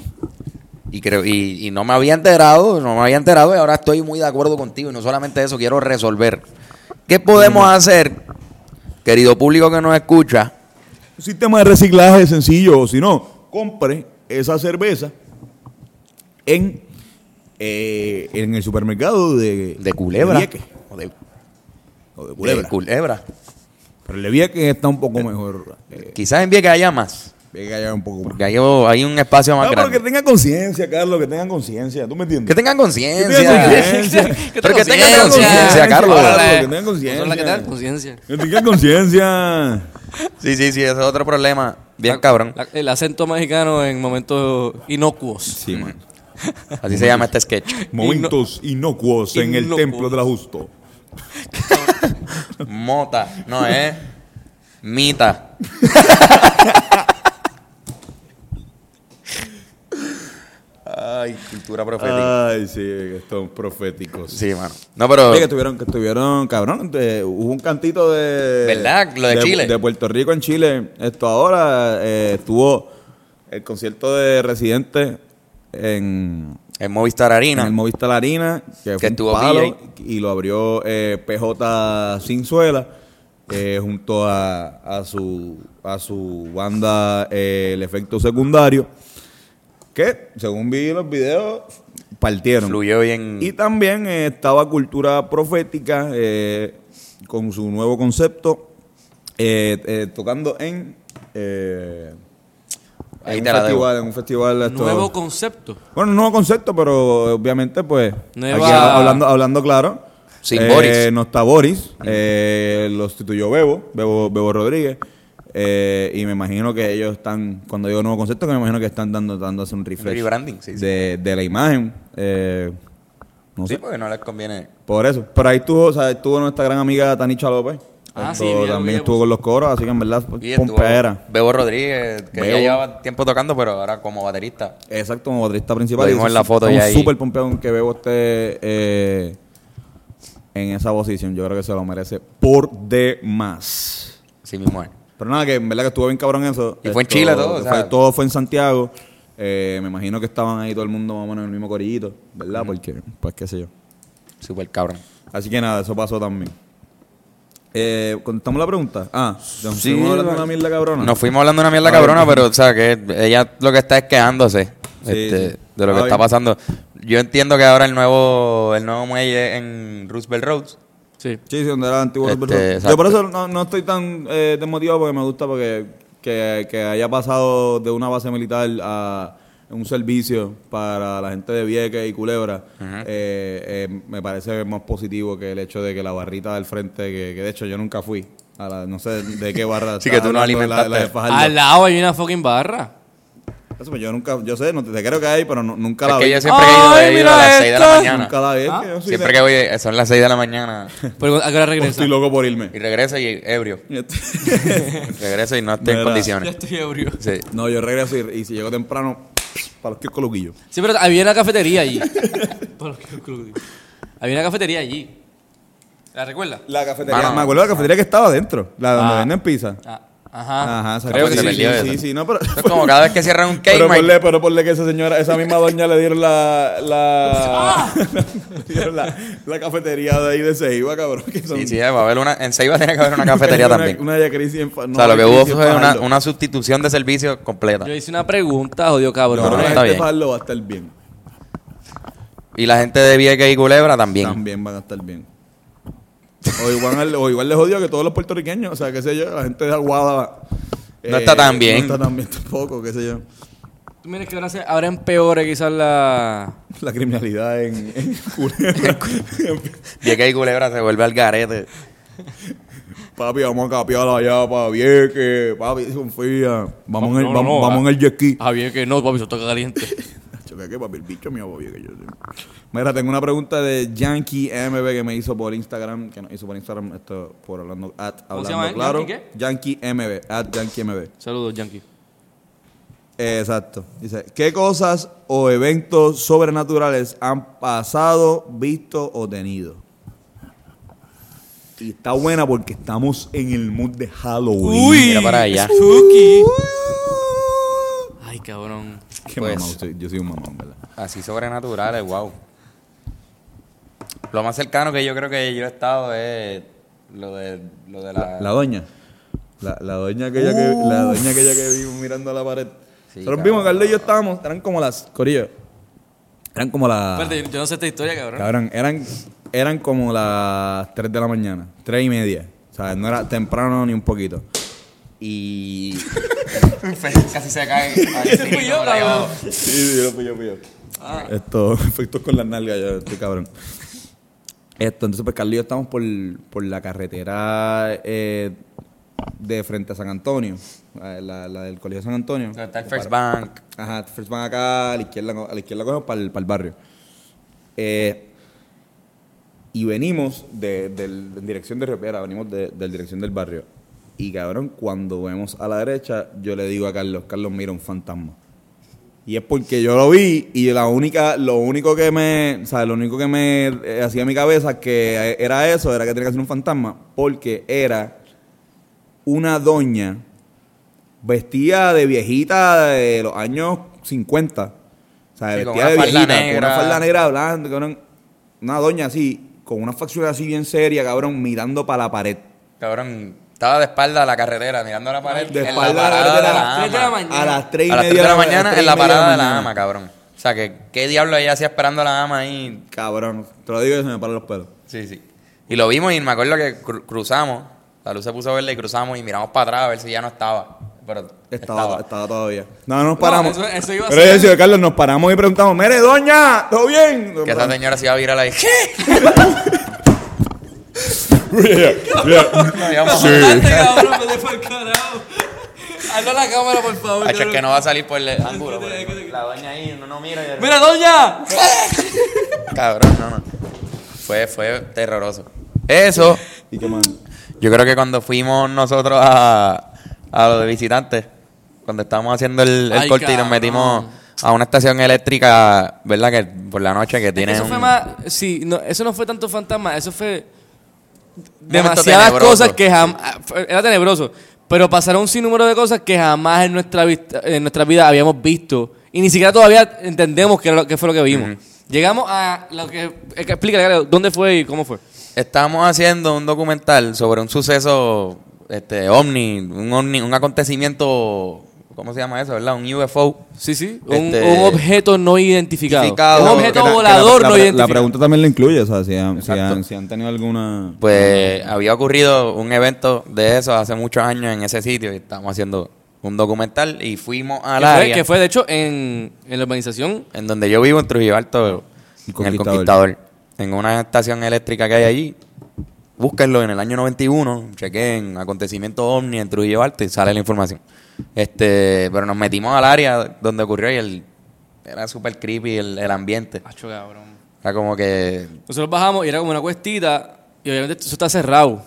Y, creo, y, y no me había enterado, no me había enterado y ahora estoy muy de acuerdo contigo. Y no solamente eso, quiero resolver. ¿Qué podemos hacer, querido público que nos escucha? Un sistema de reciclaje sencillo, o si no, compre esa cerveza en, eh, en el supermercado de, De Culebra. de Vieques, O de- o de de Culebra. Culebra. Pero el de Vieques está un poco mejor. eh, Quizás en Vieques haya más. Vieques allá un poco más. Porque ahí oh, hay un espacio más No, pero que grande. tengan conciencia, Carlos, que tengan conciencia, ¿tú me Que entiendes? tengan Que tengan conciencia. conciencia. [laughs] Pero que tengan conciencia, Carlos. Carlos, que tengan Nosotros la que tengan conciencia. conciencia. Que tengan conciencia. [laughs] Sí, sí, sí, ese es otro problema. Bien La- cabrón. la- el acento mexicano en momentos inocuos. Sí, man. Así se llama este sketch. Momentos inocuos en el Inocuos. templo de la [laughs] justo. Mota, no es. Mita. Ay, cultura profética. Ah. Ay, sí, estos proféticos. sí, mano. No, pero. Sí, que estuvieron, que estuvieron, cabrón. de- hubo un cantito de. ¿Verdad? Lo de Chile. De Puerto Rico en Chile. Esto ahora eh, estuvo el concierto de Residente en, En Movistar en Arena. el Movistar Arena. Que, fue un estuvo palo, PJ. Y lo abrió eh, PJ Cinzuela. eh, junto a, a su a su banda eh, El Efecto Secundario. Que, según vi los videos, partieron. fluyó bien. Y también eh, estaba Cultura Profética eh, con su nuevo concepto, eh, eh, tocando en, eh, Ahí en, un te la debo. festival, en un festival. esto- Nuevo concepto. bueno, un nuevo concepto, pero obviamente, pues, Nueva- aquí hablando, hablando claro. Sin eh, Boris. No está Boris, eh, lo sustituyó Bebo, Bebo, Bebo Rodríguez. eh, y me imagino que ellos están, cuando digo nuevo concepto, que me imagino que están dando, dándose un refresh rebranding, sí, sí. De, de la imagen. eh, no Sí, pues. sé. porque no les conviene. Por eso. Pero ahí estuvo, o sea, estuvo nuestra gran amiga Tanicha López. Ah, sí, Esto vi algo que También ella estuvo puso. con los coros, así que en verdad, pues, Y estuvo pompeera. Bebo Rodríguez, que ya Bebo. llevaba tiempo tocando, pero ahora como baterista. Exacto, como baterista principal. Lo vimos Y en la foto estamos ya ahí. súper pompeado en que veo usted eh, en esa posición. Yo creo que se lo merece por demás. Sí mismo es. Pero nada, que en verdad que estuvo bien cabrón eso. Y fue en Chile todo, o fue- sea. todo fue en Santiago. Eh, me imagino que estaban ahí todo el mundo más o menos en el mismo corillito, ¿verdad? Porque, pues qué sé yo. Súper cabrón. Así que nada, eso pasó también. Eh, ¿Contestamos la pregunta? Ah, nos Sí, fuimos hablando de bueno. una mierda cabrona. Nos fuimos hablando de una mierda A ver, cabrona, pues. pero o sea que ella lo que está es quejándose Sí, este, sí. de lo que A está ver. pasando. Yo entiendo que ahora el nuevo, el nuevo muelle en Roosevelt Roads. Sí. Sí, sí, donde era el antiguo Este, Roosevelt Road. exacto. Yo por eso no, no estoy tan eh, desmotivado porque me gusta porque que, que haya pasado de una base militar a un servicio para la gente de Vieques y Culebra. eh, eh, me parece más positivo que el hecho de que la barrita del frente, que, que de hecho yo nunca fui. A la, no sé de [laughs] qué barra. Sí, que tú no estás hablando, la- alimentaste. la de Fajardo. Al lado hay una fucking barra. Eso, pues, yo nunca, yo sé, no te, te creo que hay, pero no- nunca Es la que vi. yo siempre que he ido, Ay, he ido mira a las 6 de la esto. mañana. Nunca la vi. es Ah, que yo soy Siempre de- que voy, eh, son las 6 de la mañana. Pero ¿a qué hora regresa? Estoy loco por irme. este- Y regreso y [laughs] ebrio. Regreso y no estoy en Ya Mira. condiciones. estoy ebrio. Sí. No, yo regreso y, y si llego temprano, para los que coloquillos. Sí, pero había una cafetería allí. [laughs] Por lo que yo creo que digo. había una cafetería allí. ¿La recuerdas? La cafetería. Mano. Ah, me acuerdo de la cafetería que estaba adentro, la donde Ah. venden pizza. Ah, ajá. Ajá, Creo exacto. que se sí, perdió sí, esa. sí, sí, [laughs] no, pero. Es como cada vez que cierran un [laughs] Pero Kmart. ponle, pero ponle que esa señora, esa misma doña le dieron la. Ah. La, [laughs] le dieron la, la cafetería de ahí de Ceiba, cabrón. Que son, Sí, sí, eh, va a haber una, en Ceiba tiene que [laughs] haber una cafetería una- también. Una yacrisi en fa- o no, sea, lo que hubo yacrisi en fue una, Fajardo. una sustitución de servicio completa. Yo hice una pregunta, jodido Yo cabrón. creo que está la gente bien. de Fajardo este va a estar bien. Y la gente de Vieques y Culebra también. También van a estar bien. O igual, o igual les odio que todos los puertorriqueños, o sea, qué sé yo, la gente de Aguada. eh, No está tan bien. No está tan bien tampoco, qué sé yo. Tú miras que ahora, se, ahora empeore quizás la... La criminalidad en, [laughs] en Culebra. Vieques y Culebra se vuelve al garete. Papi, vamos a capear allá para Vieque. Papi, confía. Vamos, en, el, vamos, vamos en el jet ski. Ah, bien que no, papi, eso está caliente. Yo creo que papi, el bicho mío, papi, que yo sé. Mira, tengo una pregunta de Yankee MB que me hizo por Instagram, que nos hizo por Instagram esto por hablando at ¿Cómo se hablando llama él? claro. ¿Yankee qué? Yankee MB, at Yankee MB. Saludos, Yankee. Eh, Exacto. Dice, ¿qué cosas o eventos sobrenaturales han pasado, visto o tenido? Y está buena porque estamos en el mood de Halloween. Mira para allá. Spooky. Ay, cabrón. Qué Pues- mamá, usted- yo soy un mamón, ¿verdad? Así sobrenaturales, wow. Lo más cercano que yo creo que yo he estado es lo de, lo de la... La doña. La, la doña aquella que la doña aquella que vimos mirando a la pared. Sí, Nosotros cabrón. vimos, Carlos y yo estábamos, eran como las, corillo. Eran como Ah. las Espérate, yo- yo no sé esta historia, cabrón. Cabrón, eran, eran como las 3 de la mañana, 3 y media. O sea, no era temprano ni un poquito. Y. [laughs] Casi [laughs] se cae. Ay, sí, Fui yo, no, la cabrón. llevo. Sí, sí, yo pillo, pillo. Esto, [laughs] efectos con las nalgas, yo estoy cabrón. Esto, entonces, pues Carlos y yo estamos por, por la carretera eh, de frente a San Antonio, eh, la, la del Colegio San Antonio. Donde Está el First Bank. Ajá, first van acá, a la izquierda, a la izquierda cogemos para el, barrio. Eh, y venimos de, del- en dirección de Repera, venimos de, del dirección del barrio. Y cabrón, cuando vemos a la derecha, yo le digo a Carlos, Carlos, mira un fantasma. Y es porque yo lo vi y la única, lo único que me, o sea, lo único que me eh, hacía en mi cabeza que eh, era eso, era que tenía que ser un fantasma, porque era una doña vestida de viejita de los años 50. O sea, Sí, con vestida de una falda viejita, con negra. una falda negra hablando, con una, una doña así, con una factura así bien seria, cabrón, mirando para la pared. Cabrón, estaba de espalda a la carretera, mirando la pared. De en espalda la parada de carretera. la Tres de la ama. mañana. A las 3 y a las media 3 de la a las mañana tres y en la media parada de la mañana. ama, cabrón. O sea, que qué diablo ella hacía esperando a la ama ahí. Cabrón, te lo digo y se me paran los pelos. Sí, sí. Y lo vimos y me acuerdo que cru- cruzamos. La luz se puso verde y cruzamos y miramos para atrás a ver si ya no estaba. Pero Estaba, estaba. estaba, todavía. No, nos paramos. eso- eso iba a Pero ser- yo decía, Carlos, nos paramos y preguntamos, mire, doña, ¿todo bien? Que esa señora se iba a virar [laughs] ahí. ¿Qué? No, digamos, Adelante, cabrón, vete pa'l carajo. Hazle la cámara, por favor. "Hacho, es cabrón. que no va a salir por el ángulo. por el- La doña ahí, no, no mira. y de repente- ¡Mira, doña! Cabrón, no, no. Fue, fue terroroso. Eso. Y que, man, Yo creo que cuando fuimos nosotros a, a lo de visitantes, cuando estábamos haciendo el, el Ay, corte y nos cabrón. metimos a una estación eléctrica, ¿verdad? Que por la noche que tiene. Eso fue un- más. Sí, no, eso no fue tanto fantasma, eso fue. Momento Demasiadas tenebroso. cosas que jamás. Era tenebroso. Pero pasaron un sinnúmero de cosas que jamás en nuestra, vista- en nuestra vida habíamos visto. Y ni siquiera todavía entendemos qué, era lo- qué fue lo que vimos. Llegamos a lo que. eh, que- Explícale, Galo, ¿dónde fue y cómo fue? Estábamos haciendo un documental sobre un suceso este ovni, un ovni, un acontecimiento, ¿cómo se llama eso, verdad? Un UFO. Sí, sí. Un, Este- un objeto no identificado. Ah, Identificado. Un Que objeto la- que la- volador no La identificado. pregunta también la incluye, o sea, si han, si Exacto. han, si han tenido alguna... Pues había ocurrido un evento de eso hace muchos años en ese sitio y estábamos haciendo un documental y fuimos al que, fue, área. que fue, de hecho, en, en la urbanización. En donde yo vivo, en Trujillo Alto, en el Conquistador. Conquistador. En una estación eléctrica que hay allí. Búsquenlo en el año 91, chequen acontecimiento ovni en Trujillo Alto y sale la información. Este, pero nos metimos al área donde ocurrió y el, era súper creepy el, el ambiente. Acho, cabrón. Era como que Nosotros bajamos y era como una cuestita y obviamente eso está cerrado.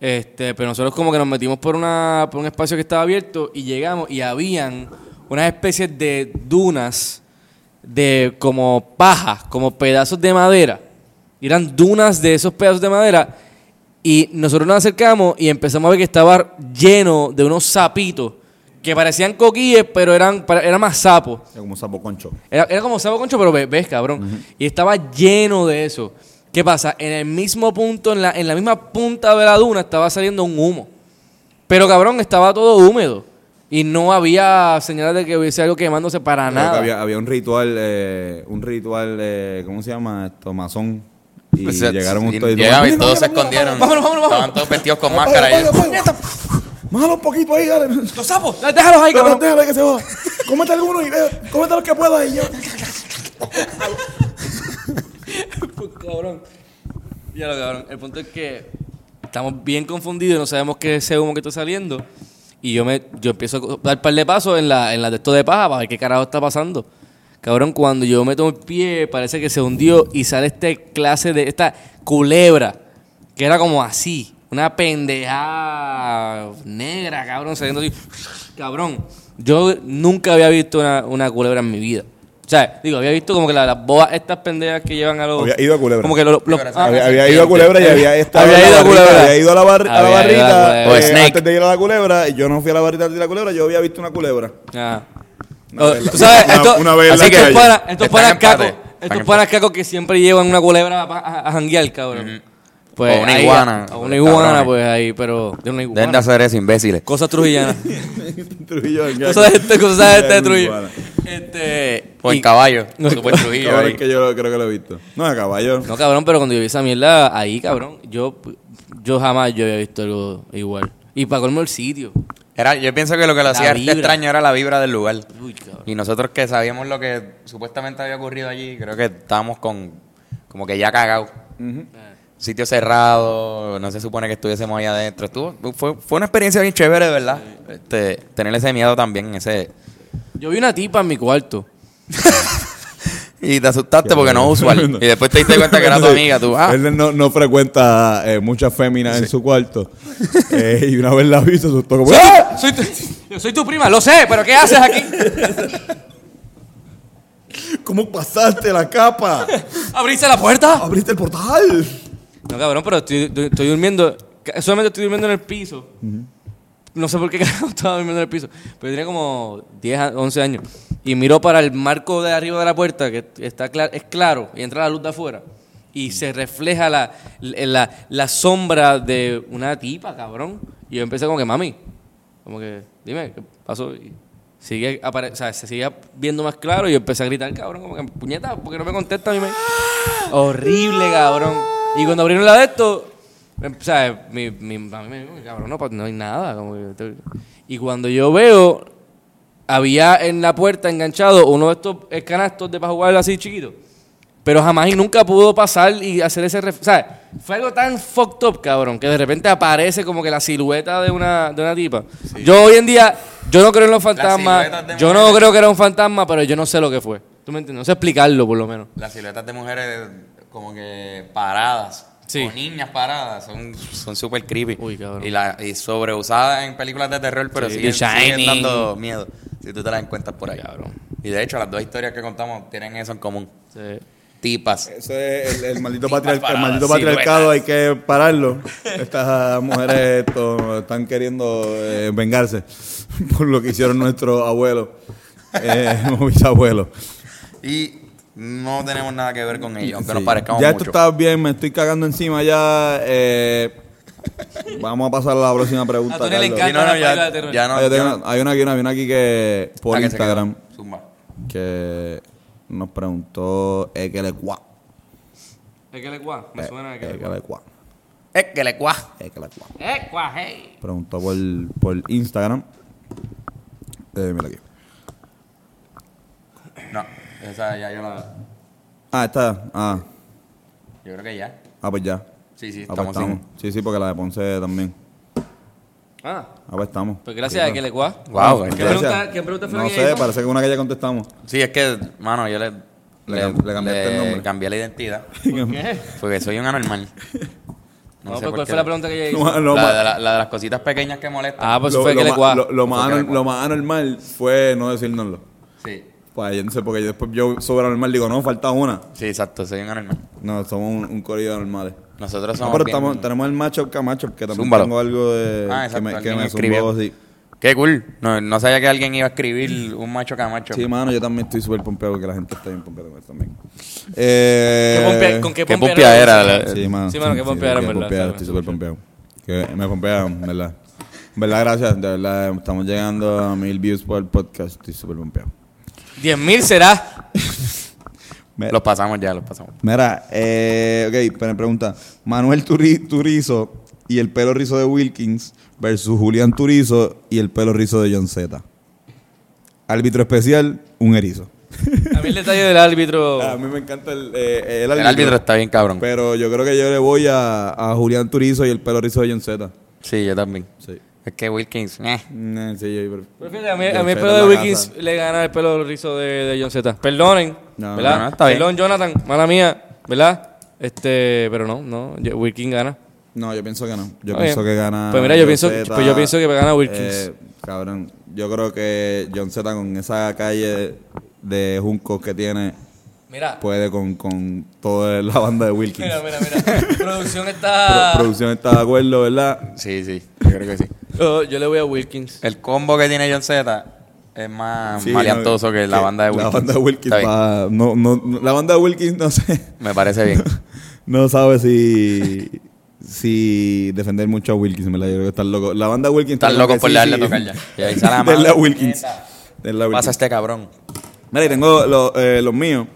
Este, pero nosotros como que nos metimos por una por un espacio que estaba abierto y llegamos y habían unas especies de dunas de como paja, como pedazos de madera. Y eran dunas de esos pedazos de madera y nosotros nos acercamos y empezamos a ver que estaba lleno de unos sapitos que parecían coquíes, pero eran para- eran más sapos. Era Como sapo concho. Era, era como sapo concho, pero ve- ves, cabrón. Y estaba lleno de eso. ¿Qué pasa? En el mismo punto, en la, en la misma punta de la duna, estaba saliendo un humo. Pero, cabrón, estaba todo húmedo. Y no había señales de que hubiese algo quemándose para Creo que nada. Había, había un ritual, eh, un ritual, eh, ¿cómo se llama esto? Masón. Y pues, llegaron y ustedes... llegaban y todos se escondieron. vámonos, vámonos, vámonos. Estaban todos vestidos con máscara. y- Májalo un poquito ahí, dale. ¡Los sapos! ¡Dá- ¡Déjalos ahí, cabrón! Déjale que se va. Cómete alguno y cómete los que puedas y yo... Pues, cabrón. Ya lo cabrón. El punto es que estamos bien confundidos, no sabemos qué es ese humo que está saliendo. Y yo me yo empiezo a dar par de pasos en la, en la de esto de paja para ver qué carajo está pasando. Cabrón, cuando yo meto el pie, parece que se hundió y sale este clase de esta culebra que era como así, una pendeja negra, cabrón, saliendo así. Cabrón, yo nunca había visto una, una culebra en mi vida. O sea, digo, había visto como que la- las boas, estas pendejas que llevan a los. Había ido a culebra. Como que lo- lo- Culebra, ah, Había, había ido a Culebra y había estado. Había en la ido a barrita, Culebra. Había ido a la, bar- a la Había ido a barrita. eh, Culebra. Pues O Snake. Antes de ir a la culebra, yo no fui a la barrita de la culebra, yo había visto una culebra. [laughs] Ah. Oh, Tú sabes, Una- esto, una vez en la estos calle. panas- estos Están panas en empate, cacos, están estos en panas cacos que siempre llevan una culebra pa- a, a janguear, cabrón. Pues, O una ahí- iguana. o una iguana, Cabrones. pues ahí, pero de una Dejen de iguana. hacer eso, imbéciles. [laughs] Cosas trujillanas. Trujillo, Tú sabes este, cosas de este Una de Trujillo. iguana. Este, O en y- [laughs] caballo. Super Trujillo Cabrón, ahí. es que yo creo que lo he visto. No, a caballo. No, cabrón, pero cuando yo vi esa mierda ahí, cabrón, yo, yo jamás yo había visto algo igual. Y para colmo el sitio. Era, yo pienso que lo que lo La hacía vibra. extraño era la vibra del lugar. Uy, cabrón. Y nosotros que sabíamos lo que supuestamente había ocurrido allí, creo que estábamos con como que ya cagados. Sitio cerrado, no se supone que estuviésemos ahí adentro. Estuvo, fue, fue una experiencia bien chévere, ¿verdad? Este, tener ese miedo también, ese... Yo vi una tipa en mi cuarto. Y te asustaste porque no es usual. Y después te diste cuenta que era tu [laughs] Sí. amiga, tú, ah, Él no, no frecuenta eh, muchas féminas en su cuarto. Eh, y una vez la vi, se asustó como. Soy tu, yo soy tu prima, lo sé, pero ¿qué haces aquí? ¿Cómo pasaste la capa? ¿Abriste la puerta? ¿Abriste el portal? No, cabrón, pero estoy, du- estoy durmiendo. ca- Solamente estoy durmiendo en el piso. No sé por qué [laughs] carajo estaba durmiendo en el piso. Pero tenía como 10, a- 11 años. Y miro para el marco de arriba de la puerta, que está cla- es claro, y entra la luz de afuera. Y se refleja la, la, la sombra de una tipa, cabrón. Y yo empecé como que, mami, como que, dime, ¿qué pasó? Y sigue apare- o sea, se sigue viendo más claro y yo empecé a gritar, cabrón, como que, puñeta, porque no me contesta mi mail. Horrible, cabrón. Y cuando abrieron la de esto, em, o sea, mi, mi, a mí me dijo, cabrón, no, pa- no hay nada. como que te- y cuando yo veo, había en la puerta enganchado uno de estos eh, canastos de para jugar así chiquito. Pero jamás y nunca pudo pasar y hacer ese... ref- O sea, fue algo tan fucked up, cabrón, que de repente aparece como que la silueta de una, de una tipa. Yo hoy en día, yo no creo en los fantasmas. siluetas de Yo no mujeres. creo que era un fantasma, pero yo no sé lo que fue. ¿Tú me entiendes? No sé explicarlo, por lo menos. Las siluetas de mujeres como que paradas. Sí. O niñas paradas. Son son súper creepy. Uy, cabrón. Y, la, y sobreusadas en películas de terror, pero Sí. siguen, The Shining. siguen dando miedo. Si tú te las encuentras por ahí. Cabrón. Y de hecho, las dos historias que contamos tienen eso en común. Sí. Tipas. Ese es el, el maldito, Tipas patriar- el paradas, maldito patriarcado, siluetas. hay que pararlo. Estas mujeres esto, están queriendo eh, vengarse [laughs] por lo que hicieron nuestros abuelos, eh, [laughs] o bisabuelos. Y no tenemos nada que ver con ellos, aunque nos Sí. parezcamos Ya mucho. esto está bien, me estoy cagando encima ya. eh, vamos a pasar a la próxima pregunta. A Tony le Carlos. Sí, encanta. no, no, Película de ya, terror. ya no. Ah, yo ya tengo- no. hay una aquí, una, había una aquí que por Ah, que se quedó. Instagram Zumba. que nos preguntó Ekelecua. ¿Es que le cuá? Eh, Me suena a que le cuá. Ekelecua. Es que le cuá. Ekelecua. ¡Eh, cuá, hey! Preguntó por, por Instagram. Eh, mira aquí. No, esa ya yo la. Ah, está. Ah, Yo creo que ya. ah pues ya. Sí, sí, Ah, pues estamos sin. Sí, sí, porque la de Ponce también. Ah, Ah, pues estamos. pues gracias a que le [laughs] cuá. Wow, Ah, es que- ¿Qué pregunta- gracias. qué pregunta fue la No que Ah, sé, hizo? parece que una que ya contestamos. Sí, es que, mano, yo le. cam- le cambiaste el nombre. cambié la identidad. ¿Por qué? Porque soy un anormal. No, sé pues por ¿cuál qué. fue la pregunta que ella hizo? [laughs] No, no, La, ma- de la- la de las cositas pequeñas que molestan. Ah, pues lo, fue lo que le ma- cuá. lo- lo más Fue que le anor- cuá. lo más anormal fue no decírnoslo. Sí. Pues yo no sé, porque yo después yo sobre anormal digo, no, falta una. Sí, exacto, soy un anormal. No, somos un, un corrido de normales. Nosotros No, somos. pero bien- estamos, tenemos el matchup que matchup, que también Zúmbalo. tengo algo de, Ah, que exacto, me, que alguien me escribió. zumbó así. Qué cool. No, no sabía que alguien iba a escribir un macho camacho. Sí, mano, yo también estoy súper pompeado porque la gente está bien pompeada con esto también. Eh, ¿Qué pompea- ¿Con qué qué pompea pompea era? la- Sí, mano. Sí, mano, qué pompeada, en qué verdad, pompeada, sabe, Estoy sí, súper pompeado. Que me pompearon, ¿verdad? En ¿Verdad? Gracias, de verdad. Estamos llegando a mil views por el podcast. Estoy súper pompeado. 10.000 será. Me- Los pasamos ya, los pasamos. Mira, eh, ok, pre- pregunta. Manuel Turri- Turizo y el pelo rizo de Wilkins versus Julián Turizo y el pelo rizo de John Z. Árbitro especial, un erizo. A mí el detalle del [laughs] árbitro. A mí me encanta el, eh, el El árbitro. árbitro está bien cabrón. Pero yo creo que yo le voy a, a Julián Turizo y el pelo rizo de John Z. Sí, yo también. Sí. Es que Wilkins. eh. Mm, sí, yo- Pero fíjate, a mí, John a mí el Zeta pelo en de la Wiggins casa. le gana el pelo rizo de, de John Z. Perdonen, No, ¿verdad? no, no, está bien. Perdón, Jonathan, mala mía, ¿verdad? Este, pero no, no, yo- Wilkins gana. No, yo pienso que no. Yo Está pienso bien. que gana. Pues mira, yo John pienso- pues yo pienso que gana Wilkins. Eh, cabrón, yo creo que John Z con esa calle de juncos que tiene Mira, puede con, con toda la banda de Pues Wilkins. mira, mira, mira. [laughs] Producción está. Pro- producción está de acuerdo, ¿verdad? Sí, sí, yo creo [laughs] que sí. Oh, yo le voy a Wilkins. El combo que tiene John Z es más Sí, maleantoso no, que la banda de Wilkins. La banda de Wilkins Está bien, va- no, no, no, la banda de Wilkins no sé, Me parece [laughs] bien. no sabe si si defender mucho a Wilkins, ¿verdad? Yo creo que están locos. La banda de Wilkins Están como locos que por sí, darle sí. a [laughs] tocar ya. Y ahí sale la Denle a mano. Wilkins. Neta. Denle a Pasa Wilkins. este cabrón. Mira, y tengo lo- eh, los míos,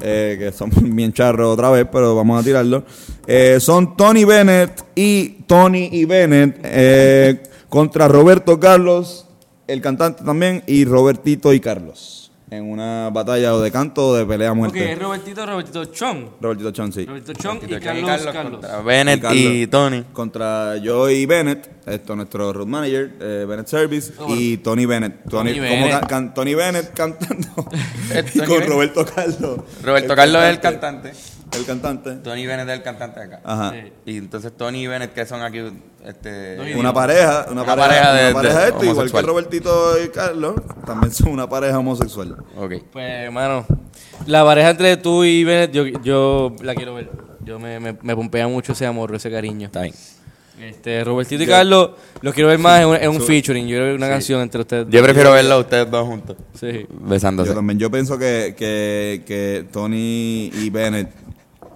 eh, que son [laughs] bien charros otra vez, pero vamos a tirarlo. Eh, son Tony Bennett y Tony y Bennett eh, [laughs] contra Roberto Carlos, el cantante también, y Robertito y Carlos. En una batalla o de canto o de pelea a Ok, muerte. es Robertito, Robertito Chong. Robertito Chonsi. Robertito Chong y Tito Carlos Carlos Carlos. contra Bennett Carlos. y Tony. Contra Joey Bennett, esto nuestro road manager, eh, Bennett Service, Ah, Oh, y Tony Bennett. Tony, Tony como Bennett. ca- [laughs] can- Tony Bennett cantando Eh, y Tony con Bennett. Roberto Carlos. Roberto Carlos es el cantante. el cantante. Tony Bennett es el cantante de acá. Ajá. Sí. Y entonces Tony y Bennett, que son aquí, este... Dos Una pareja, una, pareja, pareja de- una pareja de de esto, igual que homosexual. Robertito y Carlos, también son una pareja homosexual. Ok. Pues, hermano, la pareja entre tú y Bennett, yo, yo la quiero ver. Yo me, me, me pompea mucho ese amor, ese cariño. Está bien. Este, Robertito y Carlos, los quiero ver más en un, en un featuring. Yo quiero ver una canción entre ustedes. Yo prefiero verlo a ustedes dos juntos. Sí. Besándose. Yo también, yo pienso que, que, que Tony y Bennett,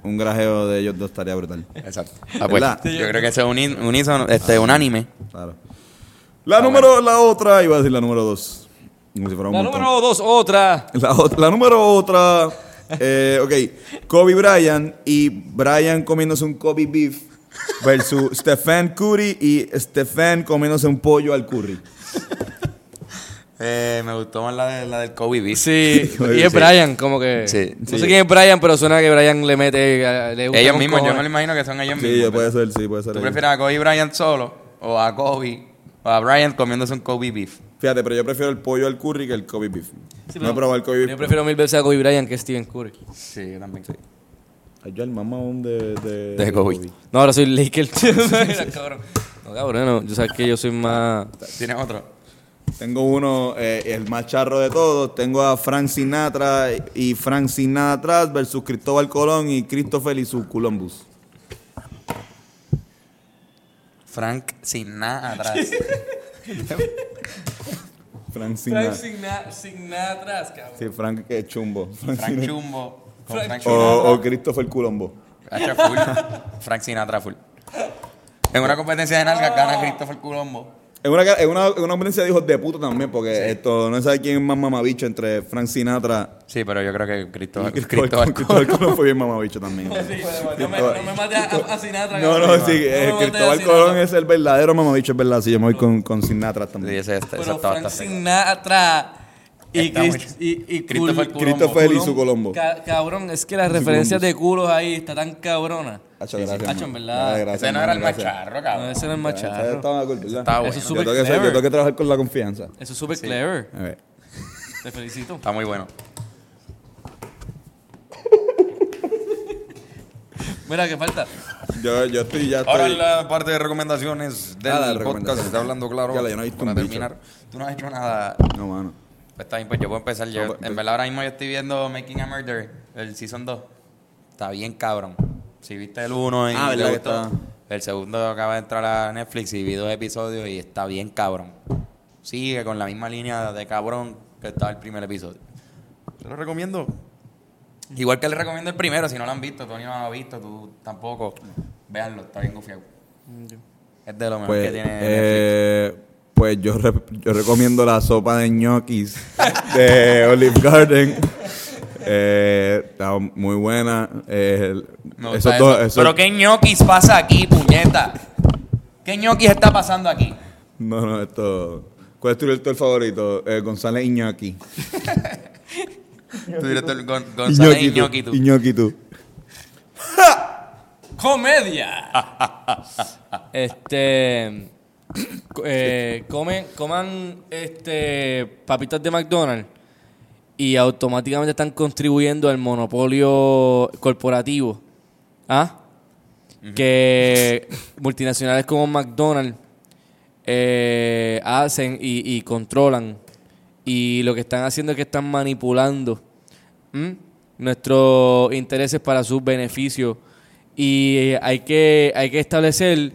un grajeo de ellos dos estaría brutal. [laughs] Exacto. Ah, pues, ¿Verdad? Ah. yo creo que eso es un, in- un iso- este, unánime. Claro. La número, la otra, iba a decir la número dos. Como si fuera un La montón. número dos, otra. La, ot- la número otra. eh, ok, Kobe Bryant y Bryant comiéndose un Kobe beef versus [laughs] Stephen Curry y Stephen comiéndose un pollo al curry. Eh, me gustó más la, de, la del Kobe Beef. Sí, y es Sí. Brian, como que. Sí, no sí. sé quién es Brian, pero suena que Brian le mete. Le gusta Ellos con mismos, yo me lo cojones. imagino que son ellos Sí, mismos. puede ser, sí, puede ser. ¿Tú ahí. prefieres a Kobe Bryant solo o a Kobe o a Bryant comiéndose un Kobe Beef? Fíjate, pero yo prefiero el pollo al curry que el Kobe beef. no he probado el Kobe Yo beef. prefiero mil veces a Kobe Bryant que Steven Curry. Sí, yo también. Ay, yo el mamón de, de, De Kobe. No, ahora soy Laker. [laughs] Mira, cabrón. No, cabrón, no. Yo sabes que yo soy más. ¿Tienes otro? Tengo uno, eh, el más charro de todos. Tengo a Frank Sinatra y Frank Sinatra versus Cristóbal Colón y Christopher y su Columbus. Frank sin nada [laughs] atrás. Frank Sinatra. atrás, cabrón. Sí, Frank que es chumbo. Frank Frank Sinatra. Chumbo. con Frank O, o Christopher Colombo. Hacha full. Frank Sinatra full. En una competencia de nalgas gana Christopher Colombo. Es una, es una, es una competencia de hijos de puta también, porque esto no se sabe quién es más mamabicho entre Frank Sinatra Sí, pero yo creo que Christopher, y Cristóbal, Colón. [laughs] Cristóbal Colón fue bien mamabicho también. No me, no me mates a, a Sinatra. No, no, cabrón. sí, me eh, mates a Cristóbal Sinatra. Colón es el verdadero mamabicho, es verdad. Si yo me voy con, con Sinatra Sí, también. este, ese, ese Pero estaba Frank bastante- Sinatra y, Está Chris- mucho. y, y Christopher Cul- Christopher y su Colombo. Ca- cabrón, es que las referencias de culos ahí está tan cabrona. Hacho, gracias, sí. man. Hacho, en verdad. Gracias, Ese no man, era el más gracias. charro, No, cabrón. ese no es más Ese charro. estaba cool, ¿verdad? Está bueno. Eso es Yo súper tengo, que ser- yo clever. tengo que trabajar con la confianza. Eso es súper clever. A ver. Te felicito. Está muy bueno. Mira, ¿qué falta? Yo, yo estoy ya. Ahora estoy- la parte de recomendaciones del Ah, la podcast. recomendación. Está hablando claro. Ya la- yo no he visto para un bicho. terminar. Tú no has hecho nada. No, mano. Pues está bien, pues yo puedo empezar. Yo, No, pues, en pues- verdad, ahora mismo yo estoy viendo Making a Murder, el season 2. Está bien cabrón. Si viste el 1 y Ah, te verdad que gustó, está- el segundo acaba de entrar a Netflix y vi dos episodios y está bien cabrón. Sigue con la misma línea de cabrón que estaba el primer episodio. Te lo recomiendo. Igual que le recomiendo el primero, si no lo han visto, Tony no lo ha visto, tú tampoco. Véanlo, está bien confiado. Mm, Es de lo mejor Pues, Ah, que tiene Netflix. eh, pues yo, re- yo recomiendo la sopa de ñoquis [laughs] de Olive [laughs] Garden. Eh, está muy buena. Eh, Me esos gusta dos- eso. esos- Pero qué ñoquis pasa aquí, puñeta. ¿Qué ñoquis está pasando aquí? No, no, esto. ¿Cuál es tu director favorito? Eh, González Iñaki. Tu director Gon- González Iñoqui, tú. Iñaki tú. ¡Comedia! este. eh, comen, coman este, papitas de McDonald's y automáticamente están contribuyendo al monopolio corporativo. ¿Ah? Que multinacionales como McDonald's eh, hacen y, y controlan. Y lo que están haciendo es que están manipulando ¿Mm? nuestros intereses para sus beneficios. Y eh, hay que, hay que establecer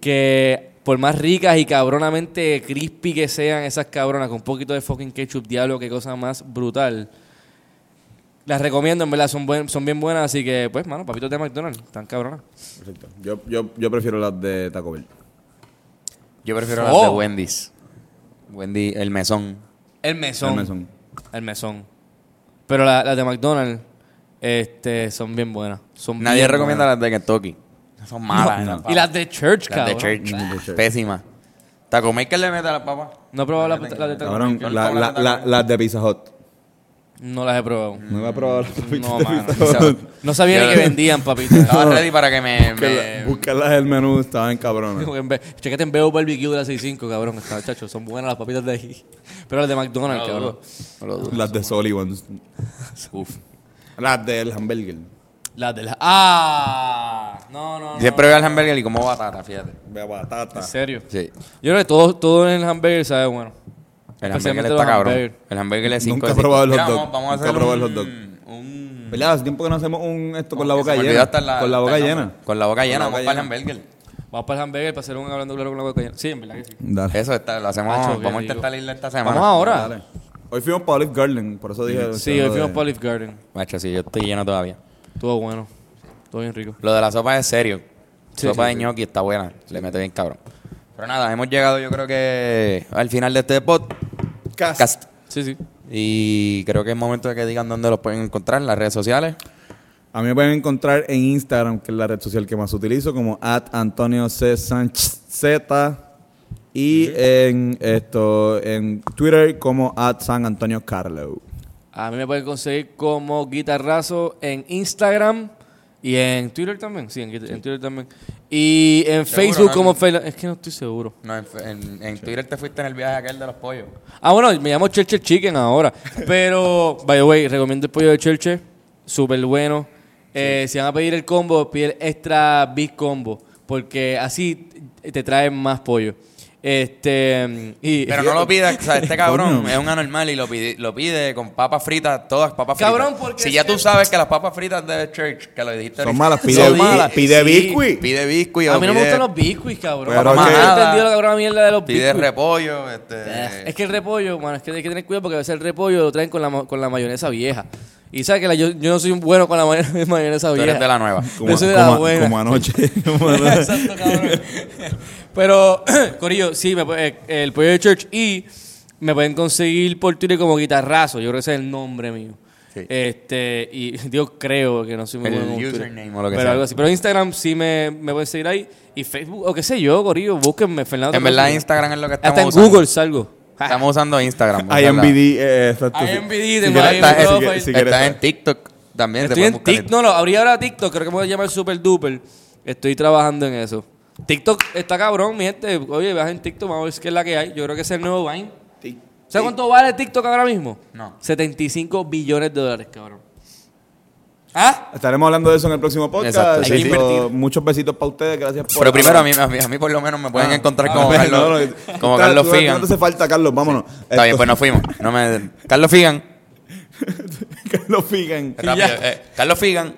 que por más ricas y cabronamente crispy que sean esas cabronas, con un poquito de fucking ketchup, diablo, qué cosa más brutal. Las recomiendo, en verdad, son, buen- son bien buenas, así que, pues, mano, papitos de McDonald's, están cabronas. Perfecto. Yo, yo, yo prefiero las de Taco Bell. Yo prefiero Oh. las de Wendy's. Wendy, el mesón. El mesón. El mesón. El mesón. Pero la- las de McDonald's este, son bien buenas. Son Nadie bien recomienda buenas. las de Kentucky. Son malas. esas Y papas. las de Church, Las de cabrón. Church. Las de Church. Pésimas. Taco Maker le mete a las papas. No he probado las la de Taco Cabrón, Bell. la- la- la- las de Pizza Hut. No las he probado. No la he probado las papitas No, de mano. Pizza Pizza Hut. [laughs] Hut. No sabía Yo- ni que [laughs] vendían, papita. [laughs] Estaba ready para que me... Que me- la- Buscarlas el menú [laughs] estaban cabronas. Chequete en Veo Barbecue de la 65, cabrón. Está, chacho, son buenas las papitas de ahí. [laughs] Pero las de McDonald's, cabrón. Las de Sullivan's. Uf. Las del hamburger. Las de las. ¡Ah! No, no, no. Siempre veo el hamburger y como batata, fíjate. De batata. En serio. Sí. Yo creo que todo, todo en el hamburger sabe bueno. El hamburger Especialmente está los cabrón. hamburger. El hamburger es 5 Nunca he probado el hot dog. Vamos, vamos a Nunca he hacer probado un, el hot dog. un- ¿Verdad? Hace tiempo que no hacemos un esto con la no, boca se me olvidó llena. hasta con la hasta boca el llena. nombre. Con la boca llena, la boca vamos para el llena. hamburger. Vamos para el hamburger para hacer un hablando claro con la boca llena. Sí, en verdad que sí. Dale. Eso está, lo hacemos. Macho, qué vamos a rico. intentar irle esta semana. Vamos ahora. Dale. Hoy fuimos para Olive Garden, por eso dije. Sí, lo hoy de- fuimos para Olive Garden. Macho, sí, yo estoy lleno todavía. Todo bueno. Todo bien rico. Lo de la sopa es serio. Sí, sopa sí, de sí. ñoqui está buena. Le meto bien cabrón. Pero nada, hemos llegado yo creo que al final de este podcast. Sí, sí. Y creo que es momento de que digan dónde los pueden encontrar, en las redes sociales. A mí me pueden encontrar en Instagram, que es la red social que más utilizo, como at Antonio C. Sánchez Z. Y en esto, en Twitter, como at San Antonio Carlo. A mí me pueden conseguir como guitarrazo en Instagram y en Twitter también. Sí, en, guita- en Twitter también. Y en Seguro, Facebook ¿no? como Fela- Es que no estoy seguro. No, en, en- en Twitter te fuiste en el viaje aquel de los pollos. Ah, bueno, me llamo Chelche Chicken ahora. Pero, by the way, recomiendo el pollo de Chelche. Súper bueno. Eh, Si van a pedir el combo, pide el extra big combo. Porque así te traen más pollo. Este. Y, Pero no lo pidas, o sea, [laughs] este cabrón Coño. es un anormal y lo pide, lo pide con papas fritas, todas papas fritas. Cabrón, porque Si es ya tú que- sabes que las papas fritas de Church, que lo dijiste Son ahorita, malas, pide, son bi- malas. pide Sí, biscuit. Pide biscuit. a o mí no me pide- gustan los biscuits, cabrón. Pero Jamás que- he entendido la cabrón mierda de los Pide biscuits. repollo, este... Eh, Es que el repollo, mano, es que hay que tener cuidado porque a veces el repollo lo traen con la, ma- con la mayonesa vieja. Y sabes que la- yo, yo no soy bueno con la may- [laughs] mayonesa Tú vieja. eres [laughs] de la nueva. Yo soy de la buena. como [laughs] anoche. Como anoche. Exacto, cabrón. Pero, [clears throat] Corillo, sí, me, pu- eh, el pollo de Church y me pueden conseguir por Twitter como guitarrazo. Yo creo que ese es el nombre mío. Sí. Este, y [laughs] yo creo que no soy muy El bueno con Twitter. username o lo que pero sea. algo así. Pero Instagram sí me, me pueden seguir ahí. Y Facebook, o qué sé yo, Corillo, búsquenme, Fernando. En verdad Instagram es lo que estamos Hasta en usando. Google salgo. Estamos usando Instagram. [laughs] I am BD, eh, exacto, sí. IMVD, Si tengo quieres, ahí está- mi eh, si profile. quieres- si quieres, Estás está- en TikTok también. te Estoy pueden en buscar TikTok. No, no, abrí ahora TikTok. Creo que me voy a llamar Super Duper. Estoy trabajando en eso. TikTok está cabrón, mi gente. Oye, vas en TikTok, vamos a ver qué es la que hay. Yo creo que ese es el nuevo Vine. ¿Sabes cuánto vale TikTok ahora mismo? No. 75 billones de dólares, cabrón. ¿Ah? Estaremos hablando de eso en el próximo podcast. Exacto, sí, sí. Esto, Muchos besitos para ustedes. Gracias por. Pero primero a mí, a mí- a mí por lo menos me Ah. pueden encontrar como pues, No, no, Carlos, no. como Está- Carlos tú- Figan. No te hace falta, Carlos. Vámonos. Está bien, Esto- pues nos fuimos. No me... Carlos Figan. [laughs] Carlos Figan. Rápido. ya. eh, Carlos Figan.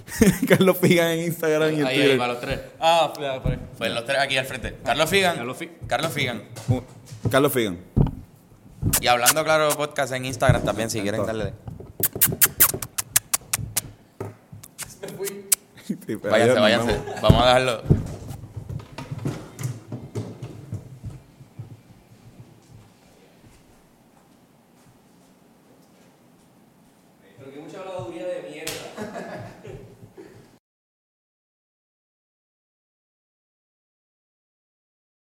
[laughs] Carlos Figan en Instagram y en Ahí, ahí, Twitter. para los tres. Ah, ya, por ahí. Pues los tres aquí al frente. Carlos Figan. Carlos Fi- Carlos Figan. Uh, Carlos Figan. [laughs] Y hablando claro podcast en Instagram también, si quieren darle. Sí, pero Váyanse, adiós, nos váyanse. vemos. Vamos a dejarlo.